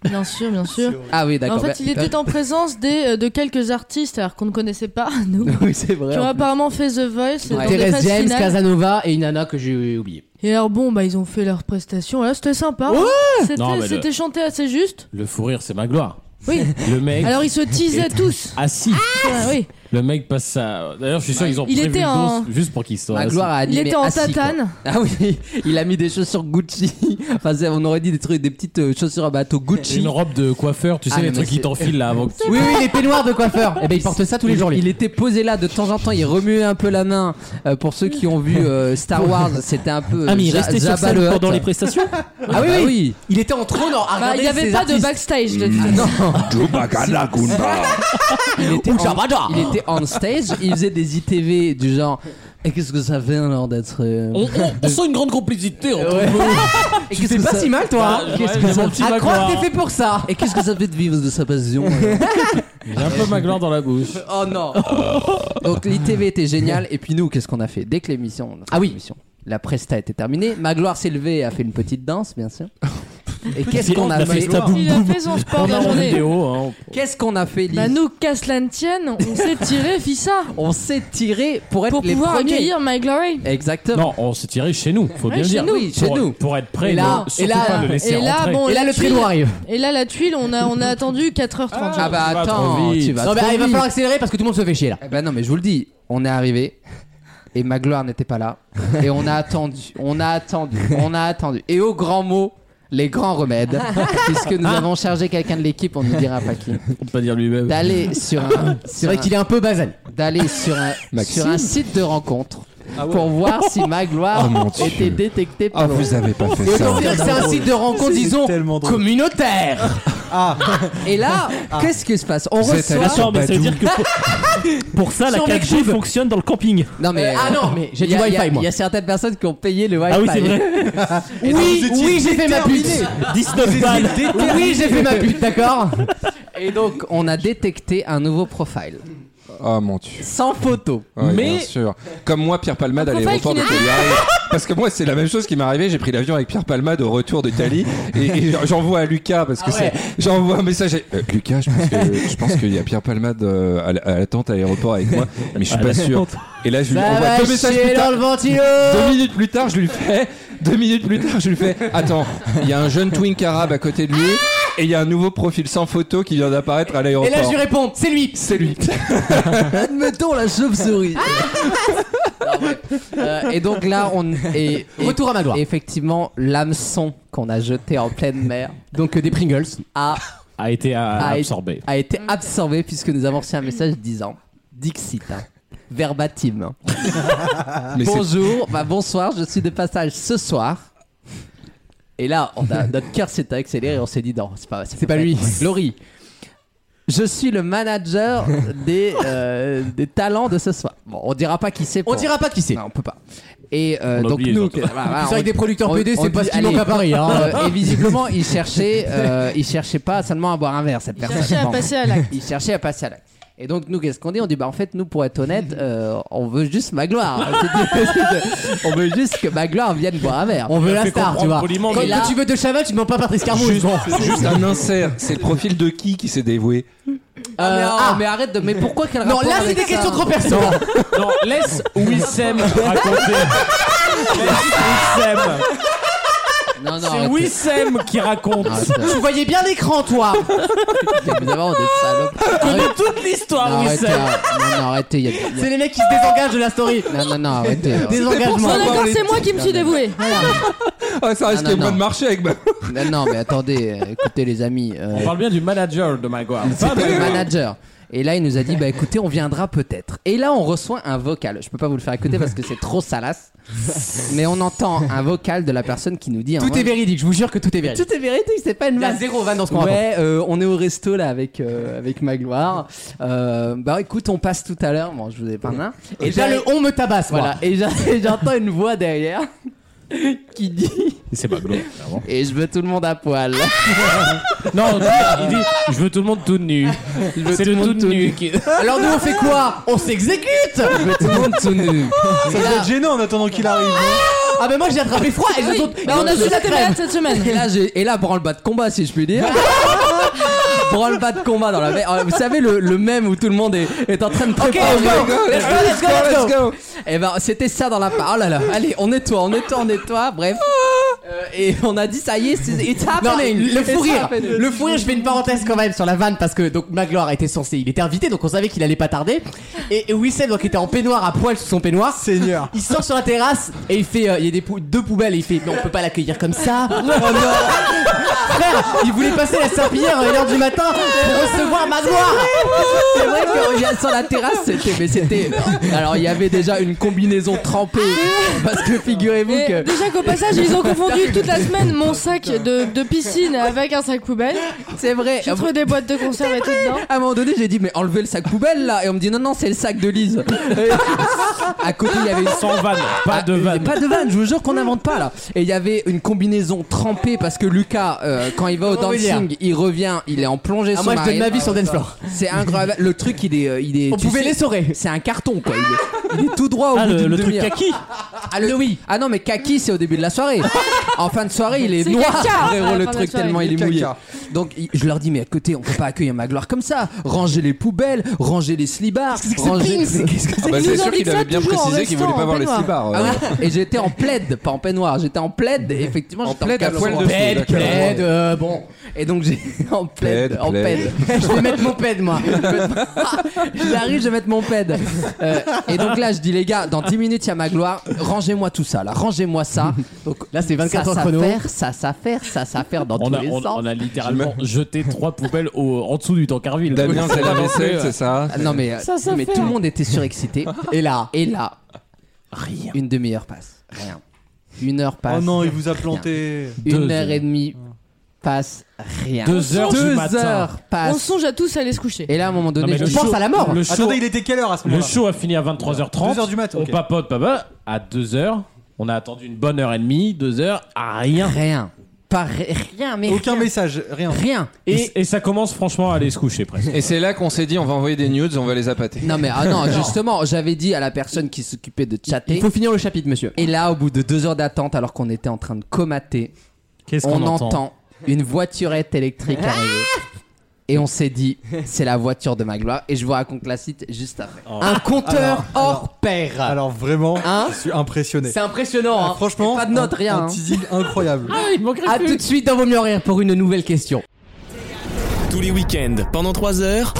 Speaker 4: Bien sûr, bien sûr.
Speaker 5: Ah oui,
Speaker 4: En
Speaker 5: d'accord.
Speaker 4: fait, il était en présence des, euh, de quelques artistes alors qu'on ne connaissait pas, nous,
Speaker 5: oui, c'est vrai.
Speaker 4: qui ont apparemment fait The Voice. dans des
Speaker 2: Thérèse
Speaker 4: phases
Speaker 2: James,
Speaker 4: finales.
Speaker 2: Casanova et une nana que j'ai oubliée.
Speaker 4: Et alors, bon, bah, ils ont fait leur prestation. Là, c'était sympa. hein. C'était-
Speaker 3: Non, mais le-
Speaker 4: C'était chanté assez juste.
Speaker 3: Le fou rire, c'est ma gloire.
Speaker 4: Oui.
Speaker 3: Le mec.
Speaker 4: Alors, ils se teasaient tous.
Speaker 3: Assis.
Speaker 4: Ouais, oui.
Speaker 3: Le mec passe ça. D'ailleurs, je suis sûr qu'ils ont
Speaker 4: Il
Speaker 3: prévu
Speaker 4: était
Speaker 3: le
Speaker 4: en-
Speaker 3: dos juste pour qu'il soit.
Speaker 5: Ma
Speaker 3: assis.
Speaker 5: gloire a
Speaker 4: Il
Speaker 5: animé
Speaker 4: était en
Speaker 5: assis, quoi.
Speaker 4: tatane.
Speaker 5: Ah oui, il a mis des chaussures Gucci. Enfin, c'est- on aurait dit des trucs, des petites euh, chaussures à bateau Gucci.
Speaker 3: Une robe de coiffeur, tu
Speaker 5: Ah,
Speaker 3: sais, les
Speaker 5: mais
Speaker 3: trucs qui
Speaker 5: c'est-
Speaker 3: t'enfilent là avant que tu.
Speaker 2: Oui, oui, les peignoirs de coiffeur. Eh ben, il porte ça tous les
Speaker 5: Il-
Speaker 2: jours, lui.
Speaker 5: Il était posé là de temps en temps, il remuait un peu la main. Euh, pour ceux qui ont vu euh, Star Wars, c'était un peu. euh,
Speaker 8: Ah, mais il
Speaker 5: Ja-
Speaker 8: restait sur
Speaker 5: Jabba
Speaker 8: scène
Speaker 5: le Hutt.
Speaker 8: pendant les prestations
Speaker 5: Ah
Speaker 2: bah
Speaker 5: oui, oui.
Speaker 2: Il était en trône en- à
Speaker 4: Bah, il
Speaker 2: regarder
Speaker 4: n'y avait
Speaker 2: ses
Speaker 4: pas de
Speaker 2: artistes.
Speaker 4: backstage. De...
Speaker 5: Ah non, il était,
Speaker 2: Ouh, Jabba Jah.
Speaker 5: on, il était on stage, il faisait des ITV du genre. Et qu'est-ce que ça fait alors d'être. euh,
Speaker 3: On, on- on sent une grande complicité entre
Speaker 5: Ouais. Et
Speaker 2: Tu
Speaker 5: qu'est-ce
Speaker 2: sais
Speaker 5: que
Speaker 2: pas
Speaker 5: ça-
Speaker 2: si mal, toi. hein.
Speaker 3: Bah, ouais, mais mon petit
Speaker 2: À croire
Speaker 3: Magloire.
Speaker 2: que t'es fait pour ça.
Speaker 5: Et qu'est-ce que ça fait de vivre de sa passion euh
Speaker 3: J'ai un peu ma gloire dans la bouche.
Speaker 5: Oh non Donc l'ITV était génial et puis nous qu'est-ce qu'on a fait Dès que l'émission enfin,
Speaker 2: Ah oui.
Speaker 5: l'émission, la presta était terminée, Magloire s'est levée et a fait une petite danse bien sûr. Et qu'est-ce qu'on a
Speaker 8: La
Speaker 5: fait
Speaker 8: festa boum
Speaker 4: Il a
Speaker 8: boum.
Speaker 4: fait son sport de la
Speaker 8: Pendant en
Speaker 4: journée.
Speaker 8: vidéo. hein.
Speaker 5: Qu'est-ce qu'on a fait Lise
Speaker 4: Bah, nous, qu'à cela ne tienne, on s'est tiré, fit ça.
Speaker 5: On s'est tiré pour être
Speaker 4: Pour
Speaker 5: les
Speaker 4: pouvoir
Speaker 5: premiers.
Speaker 4: accueillir My Glory.
Speaker 5: Exactement.
Speaker 3: Non, on s'est tiré chez nous, faut
Speaker 4: Ouais,
Speaker 3: bien
Speaker 4: chez
Speaker 3: dire.
Speaker 4: nous.
Speaker 5: Oui, chez
Speaker 3: pour,
Speaker 5: nous.
Speaker 3: Pour être prêt,
Speaker 5: Et là-
Speaker 3: mais surtout
Speaker 5: et là-
Speaker 3: pas le laisser
Speaker 4: et là,
Speaker 3: rentrer.
Speaker 4: bon,
Speaker 2: Et là,
Speaker 4: la
Speaker 2: le
Speaker 4: tuile-
Speaker 2: traîneau arrive.
Speaker 4: Et là, la tuile, on a, on a attendu 4h30.
Speaker 5: Ah bah
Speaker 3: tu vas
Speaker 5: attends,
Speaker 3: trop vite.
Speaker 5: tu vas
Speaker 2: Non, mais
Speaker 5: trop
Speaker 2: ah, il va
Speaker 5: vite.
Speaker 2: falloir accélérer parce que tout le monde se fait chier là.
Speaker 5: Eh ben non mais je vous le dis, on est arrivé et Magloire n'était pas là et on a attendu, on a attendu, on a attendu et au grand mot les grands remèdes, puisque nous avons chargé quelqu'un de l'équipe, on ne dira pas qui,
Speaker 3: On peut pas dire lui-même.
Speaker 5: d'aller sur un,
Speaker 2: C'est vrai qu'il est un peu basal.
Speaker 5: d'aller sur un,
Speaker 7: Maxime
Speaker 5: sur un site de rencontre pour voir si ma gloire
Speaker 7: Oh mon Dieu.
Speaker 5: était détectée
Speaker 7: Ah,
Speaker 5: par
Speaker 7: vous avez pas fait
Speaker 2: Et
Speaker 7: ça.
Speaker 2: donc, C'est c'est un site de rencontre, disons,
Speaker 6: tellement drôle.
Speaker 2: communautaire.
Speaker 6: Ah,
Speaker 5: Et là, qu'est-ce qui se passe On
Speaker 7: Vous êtes allé
Speaker 5: reçoit.
Speaker 7: sur-
Speaker 8: Attends, mais ça veut dire que pour- pour ça, la
Speaker 2: Bah, Sur
Speaker 8: 4G
Speaker 2: Mixcloud.
Speaker 8: fonctionne dans le camping.
Speaker 5: Non mais.
Speaker 2: Euh, ah non, mais j'ai
Speaker 5: il y a-
Speaker 2: du
Speaker 5: il y a-
Speaker 2: Wi-Fi, moi.
Speaker 5: Il y a certaines personnes qui ont payé le Wi-Fi.
Speaker 8: Ah oui, c'est vrai.
Speaker 2: Oui,
Speaker 6: vous étiez
Speaker 2: oui, j'ai fait ma pute.
Speaker 8: 19 balles.
Speaker 2: Oui, j'ai fait ma pute, d'accord
Speaker 5: Et donc, on a détecté un nouveau profil.
Speaker 7: Oh mon dieu.
Speaker 5: Sans photo.
Speaker 7: Ouais,
Speaker 2: Mais-
Speaker 7: Bien sûr. Comme moi, Pierre Palmade à
Speaker 4: Faut pas
Speaker 7: l'aéroport de
Speaker 4: qu'il
Speaker 7: Paris. Ah Parce que moi, c'est la même chose qui m'est arrivée. J'ai pris l'avion avec Pierre Palmade au retour d'Italie. Et, et j'envoie à Lucas, parce que
Speaker 2: Ah ouais.
Speaker 7: c'est. J'envoie un message. à- Euh, Lucas, je pense que- je pense qu'il y a Pierre Palmade euh, à la- à l'attente à l'aéroport avec moi. Mais je suis pas sûr. Et là, je lui
Speaker 2: Ça
Speaker 7: envoie
Speaker 2: va
Speaker 7: deux messages
Speaker 2: chier
Speaker 7: plus tard.
Speaker 2: dans le ventilo.
Speaker 7: Deux minutes plus tard, je lui fais. Deux minutes plus tard, je lui fais. Attends, il y a un jeune twink arabe à côté de lui et il y a un nouveau profil sans photo qui vient d'apparaître à
Speaker 2: Et là, je
Speaker 7: l'aéroport.
Speaker 2: lui réponds, c'est lui.
Speaker 7: C'est lui.
Speaker 5: Admettons la chauve-souris. Non, bref. Euh, et donc là, on. Et, et-
Speaker 2: Retour à ma gloire.
Speaker 5: Effectivement, l'hameçon qu'on a jeté en pleine mer
Speaker 2: Donc euh, des Pringles.
Speaker 5: a,
Speaker 3: A été à-
Speaker 5: Ah, et-
Speaker 3: absorbé.
Speaker 5: a été absorbé puisque nous avons reçu un message disant Dixit. hein. Verbatim.
Speaker 7: Mais c'est-
Speaker 5: Bonjour, bah bonsoir, je suis de passage ce soir. Et là, on a, notre cœur s'est accéléré et on s'est dit non, c'est pas,
Speaker 2: C'est pas lui.
Speaker 5: Laurie, je suis le manager des, euh, des talents de ce soir. Bon, on dira pas qui c'est.
Speaker 2: On
Speaker 5: pour-
Speaker 2: dira pas qui c'est.
Speaker 5: Non, on peut pas. Et euh,
Speaker 3: On a
Speaker 5: donc
Speaker 3: oublié,
Speaker 5: nous,
Speaker 3: surtout.
Speaker 5: que- voilà, voilà,
Speaker 2: C'est vrai
Speaker 5: on-
Speaker 2: que des producteurs
Speaker 5: on-
Speaker 2: PD,
Speaker 5: on
Speaker 2: c'est pas
Speaker 5: dit,
Speaker 2: ce qui manque
Speaker 5: allez.
Speaker 2: à Paris. Hein.
Speaker 5: Euh, et visiblement, il cherchait, euh, il cherchait pas seulement à boire un verre cette
Speaker 4: Il
Speaker 5: personne.
Speaker 4: cherchait à
Speaker 5: Bon.
Speaker 4: passer à l'acte.
Speaker 5: Il cherchait à passer à l'acte. Et donc nous, qu'est-ce qu'on dit On dit bah en fait, nous, pour être honnête, euh, on veut juste ma gloire. on veut juste que ma gloire vienne boire un verre.
Speaker 2: On veut la
Speaker 3: fait
Speaker 2: star, tu
Speaker 3: comprendre
Speaker 2: vois.
Speaker 3: poliment,
Speaker 2: Quand
Speaker 5: mais-
Speaker 2: quand tu veux de Chaval, tu demandes pas Patrice Carmouche.
Speaker 7: Juste,
Speaker 2: Bon.
Speaker 7: juste un insert. C'est le profil de qui qui s'est dévoué
Speaker 5: ah, mais,
Speaker 2: Euh,
Speaker 5: oh,
Speaker 2: ah.
Speaker 5: mais arrête de. Mais pourquoi qu'elle
Speaker 2: Non, là, c'est des questions trop perso.
Speaker 3: Non, laisse Wissem raconter. laisse Wissem.
Speaker 5: Non, non,
Speaker 3: C'est
Speaker 5: arrête.
Speaker 3: Wissem qui raconte.
Speaker 5: Arrête.
Speaker 2: Tu voyais bien l'écran, toi.
Speaker 5: Mais d'abord, des salopes. Arrête.
Speaker 3: Toute
Speaker 5: Non,
Speaker 3: l'histoire,
Speaker 5: arrêtez,
Speaker 3: Wissem.
Speaker 5: arrête. non, non, arrêtez. il Y a, il y
Speaker 2: C'est les mecs qui se désengagent de la story.
Speaker 5: a- Non, non, non, arrêtez.
Speaker 2: Désengagement.
Speaker 4: Bon, d'accord, c'est moi qui me suis dévoué.
Speaker 7: Ah, ça risque
Speaker 5: non,
Speaker 7: moins
Speaker 5: non.
Speaker 7: de marcher avec ma-
Speaker 5: Non, non, mais attendez, euh, écoutez les amis, euh,
Speaker 3: On parle bien du manager de Maguire.
Speaker 2: Ah
Speaker 3: Pas
Speaker 2: bah,
Speaker 5: c'était
Speaker 3: de-
Speaker 5: le manager. Et là, il nous a dit, bah écoutez, on viendra peut-être. Et là, on reçoit un vocal. Je peux pas vous le faire écouter parce que c'est trop salace. Mais on entend un vocal de la personne qui nous dit. en
Speaker 2: Tout est
Speaker 5: vrai-
Speaker 2: véridique, je vous jure que tout est véridique.
Speaker 5: Tout est véridique, c'est pas une
Speaker 2: Il y a
Speaker 5: vanne.
Speaker 2: zéro vanne dans ce qu'on raconte.
Speaker 5: Ouais, euh, on est au resto là avec euh, avec Magloire. Euh, bah écoute, on passe tout à l'heure. Bon, je vous ai pas un.
Speaker 2: Et déjà, le on me tabasse, voilà.
Speaker 5: Voilà, et j'a- et j'entends une voix derrière
Speaker 2: qui dit
Speaker 3: C'est Baglo. clairement.
Speaker 5: Et je veux tout le monde à poil.
Speaker 3: Non, il dit Je veux tout le monde tout nu. C'est le tout, nu. qui-
Speaker 2: Alors nous on fait quoi On s'exécute
Speaker 7: tout le monde tout nu.
Speaker 6: Ça doit être gênant en attendant qu'il arrive.
Speaker 2: Ah bah moi j'ai attrapé froid et je
Speaker 4: Oui,
Speaker 2: saute.
Speaker 4: bah, on a su la télé cette semaine.
Speaker 2: Et là, j'ai- et là, branle-bas de combat, si je puis dire. branle-bas de combat dans la mer. Euh, Vous savez, le, le même où tout le monde est, est en train de préparer.
Speaker 7: let's go,
Speaker 2: let's go, let's go, let's go.
Speaker 7: Let's go.
Speaker 2: Et ben, c'était ça dans la part. Oh là là. Allez, on nettoie, on nettoie, on nettoie. Bref. Euh, et on a dit, ça y est, c'est- it's happening. le fou rire. Le fou rire, je fais une parenthèse quand même sur la vanne parce que donc Magloire était censé, il était invité, donc on savait qu'il allait pas tarder. Et, et Wissem, donc, était en peignoir à poil sous son peignoir.
Speaker 6: Seigneur.
Speaker 2: Il sort sur la terrasse et il fait. euh, Il y a des pou- deux poubelles et il fait. Mais on peut pas l'accueillir comme ça. Oh non Frère, il voulait passer la serpillière à 1h du matin pour recevoir Magloire
Speaker 5: C'est vrai que regarde sur la terrasse, c'était. Mais c'était. Alors il y avait déjà une combinaison trempée.
Speaker 2: Parce que figurez-vous
Speaker 4: Et
Speaker 2: que.
Speaker 4: déjà qu'au passage, ils ont confondu toute la semaine mon sac de, de piscine avec un sac poubelle.
Speaker 2: C'est vrai.
Speaker 4: J'ai trouvé des boîtes de conserve et tout dedans.
Speaker 2: À un moment donné, j'ai dit, mais enlevez le sac poubelle là! Et on me dit, non, non, c'est le sac de Lise! Et à côté, il y avait une
Speaker 3: Sans vanne, pas
Speaker 2: Ah,
Speaker 3: de
Speaker 2: euh,
Speaker 3: vanne.
Speaker 2: Pas de vanne, je vous jure qu'on n'invente pas là. Et il y avait une combinaison trempée parce que Lucas, euh, quand il va au Comment vous
Speaker 5: Dancing, il revient, il est en plongée
Speaker 2: Ah, moi, je donne
Speaker 5: sous-marine.
Speaker 2: ma vie sur Dancefloor.
Speaker 5: C'est incroyable. Le truc, il est, euh, il est.
Speaker 2: On
Speaker 5: tu
Speaker 2: pouvait
Speaker 5: sais,
Speaker 2: l'essorer.
Speaker 5: C'est un carton quoi. Il est, il est tout droit au
Speaker 8: Ah,
Speaker 5: bout
Speaker 8: le,
Speaker 5: d'une
Speaker 8: le truc
Speaker 5: demi-heure.
Speaker 8: kaki
Speaker 5: Ah, le- Ah non, mais kaki, c'est au début de la soirée. En fin de soirée, il est,
Speaker 4: C'est
Speaker 5: noir,
Speaker 4: caca, à la
Speaker 5: frérot,
Speaker 4: fin de
Speaker 5: le
Speaker 4: la
Speaker 5: truc,
Speaker 4: soirée.
Speaker 5: tellement il est
Speaker 6: Caca.
Speaker 5: mouillé.
Speaker 7: Ah,
Speaker 5: Donc, il- je leur dis, mais à côté, on peut pas accueillir ma gloire comme ça. Rangez les poubelles, rangez les slibards, rangez.
Speaker 7: Ah bah,
Speaker 4: Ils
Speaker 7: c'est
Speaker 4: nous ont
Speaker 7: sûr
Speaker 4: dit
Speaker 7: qu'il
Speaker 4: ça
Speaker 7: avait bien
Speaker 4: toujours en
Speaker 7: précisé qu'il voulait
Speaker 4: restant
Speaker 7: pas
Speaker 4: en
Speaker 7: voir les
Speaker 4: peignoir.
Speaker 7: slibards.
Speaker 5: Ah
Speaker 7: euh,
Speaker 5: oui, Et j'étais en plaid, pas en peignoir, j'étais en plaid, et effectivement, j'étais en
Speaker 7: plaid à
Speaker 5: caleçon.
Speaker 7: poil dessous,
Speaker 5: Plaid,
Speaker 7: d'accord.
Speaker 5: plaid, euh,
Speaker 2: Euh, bon,
Speaker 5: Et donc, j'ai en plaid,
Speaker 7: Plaid,
Speaker 5: en plaid.
Speaker 7: plaid.
Speaker 2: je vais mettre mon ped moi.
Speaker 5: J'arrive, je vais mettre mon ped. Euh, et donc là, je dis, les gars, dans 10 minutes, il y a ma gloire. Rangez-moi tout ça, là. Rangez-moi ça. Donc
Speaker 2: Là, c'est 24
Speaker 5: ça,
Speaker 2: heures
Speaker 5: ça
Speaker 2: chrono.
Speaker 5: faire, ça, ça faire, ça, ça faire dans
Speaker 3: On
Speaker 5: tous
Speaker 3: a,
Speaker 5: les
Speaker 3: on-
Speaker 5: sens.
Speaker 3: on a littéralement jeté trois poubelles au- en dessous du tankerville.
Speaker 7: Damien, c'est la vaisselle, c'est ça
Speaker 5: Ah, Non, mais, euh,
Speaker 4: Ça, ça
Speaker 5: mais
Speaker 4: fait.
Speaker 5: tout le monde était surexcité.
Speaker 2: Et là,
Speaker 5: Et là, rien. Une demi-heure passe. Rien. Une heure passe.
Speaker 6: Oh non, il vous a planté.
Speaker 5: Une
Speaker 3: Deux
Speaker 5: heure et
Speaker 3: heures.
Speaker 5: demie passe. Rien.
Speaker 3: Deux heures du
Speaker 5: Deux
Speaker 3: matin.
Speaker 5: heures
Speaker 2: Ah,
Speaker 4: On
Speaker 5: passent.
Speaker 4: songe à tous à aller se coucher.
Speaker 5: Et là, à un moment
Speaker 3: Non,
Speaker 5: donné,
Speaker 3: mais
Speaker 5: je
Speaker 3: le
Speaker 5: dis,
Speaker 3: show-
Speaker 2: pense à la mort.
Speaker 3: Le show,
Speaker 6: Attendez, il était quelle heure à ce
Speaker 3: le
Speaker 6: moment-là
Speaker 3: show a fini à 23h30.
Speaker 6: 2h du mat,
Speaker 3: On
Speaker 6: ok.
Speaker 3: papote, papa. À 2h, on a attendu une bonne heure et demie, 2h, à rien.
Speaker 5: rien. Pas rien, mais
Speaker 6: Aucun
Speaker 5: rien.
Speaker 6: message, rien.
Speaker 5: Rien.
Speaker 3: Et, et ça commence franchement à aller se coucher presque.
Speaker 7: Et c'est là qu'on s'est dit on va envoyer des nudes, on va les appâter.
Speaker 5: Non mais ah non, justement, j'avais dit à la personne qui s'occupait de chatter.
Speaker 2: il faut finir le chapitre, monsieur.
Speaker 5: Et là, au bout de deux heures d'attente, alors qu'on était en train de comater,
Speaker 3: Qu'est-ce Ah
Speaker 5: on, entend, une voiturette électrique arriver. Et on s'est dit, c'est la voiture de Magloire. Et je vous raconte la cite juste après.
Speaker 3: Oh.
Speaker 2: Un compteur hors pair.
Speaker 6: Alors vraiment,
Speaker 2: Hein
Speaker 6: je suis impressionné.
Speaker 2: C'est impressionnant, hein.
Speaker 6: Franchement,
Speaker 5: Pas de notes,
Speaker 6: un-
Speaker 5: rien,
Speaker 6: Un
Speaker 5: hein.
Speaker 6: teasing incroyable.
Speaker 2: À tout de suite dans Vos mieux en rire pour une nouvelle question.
Speaker 1: Tous les week-ends, pendant 3 heures,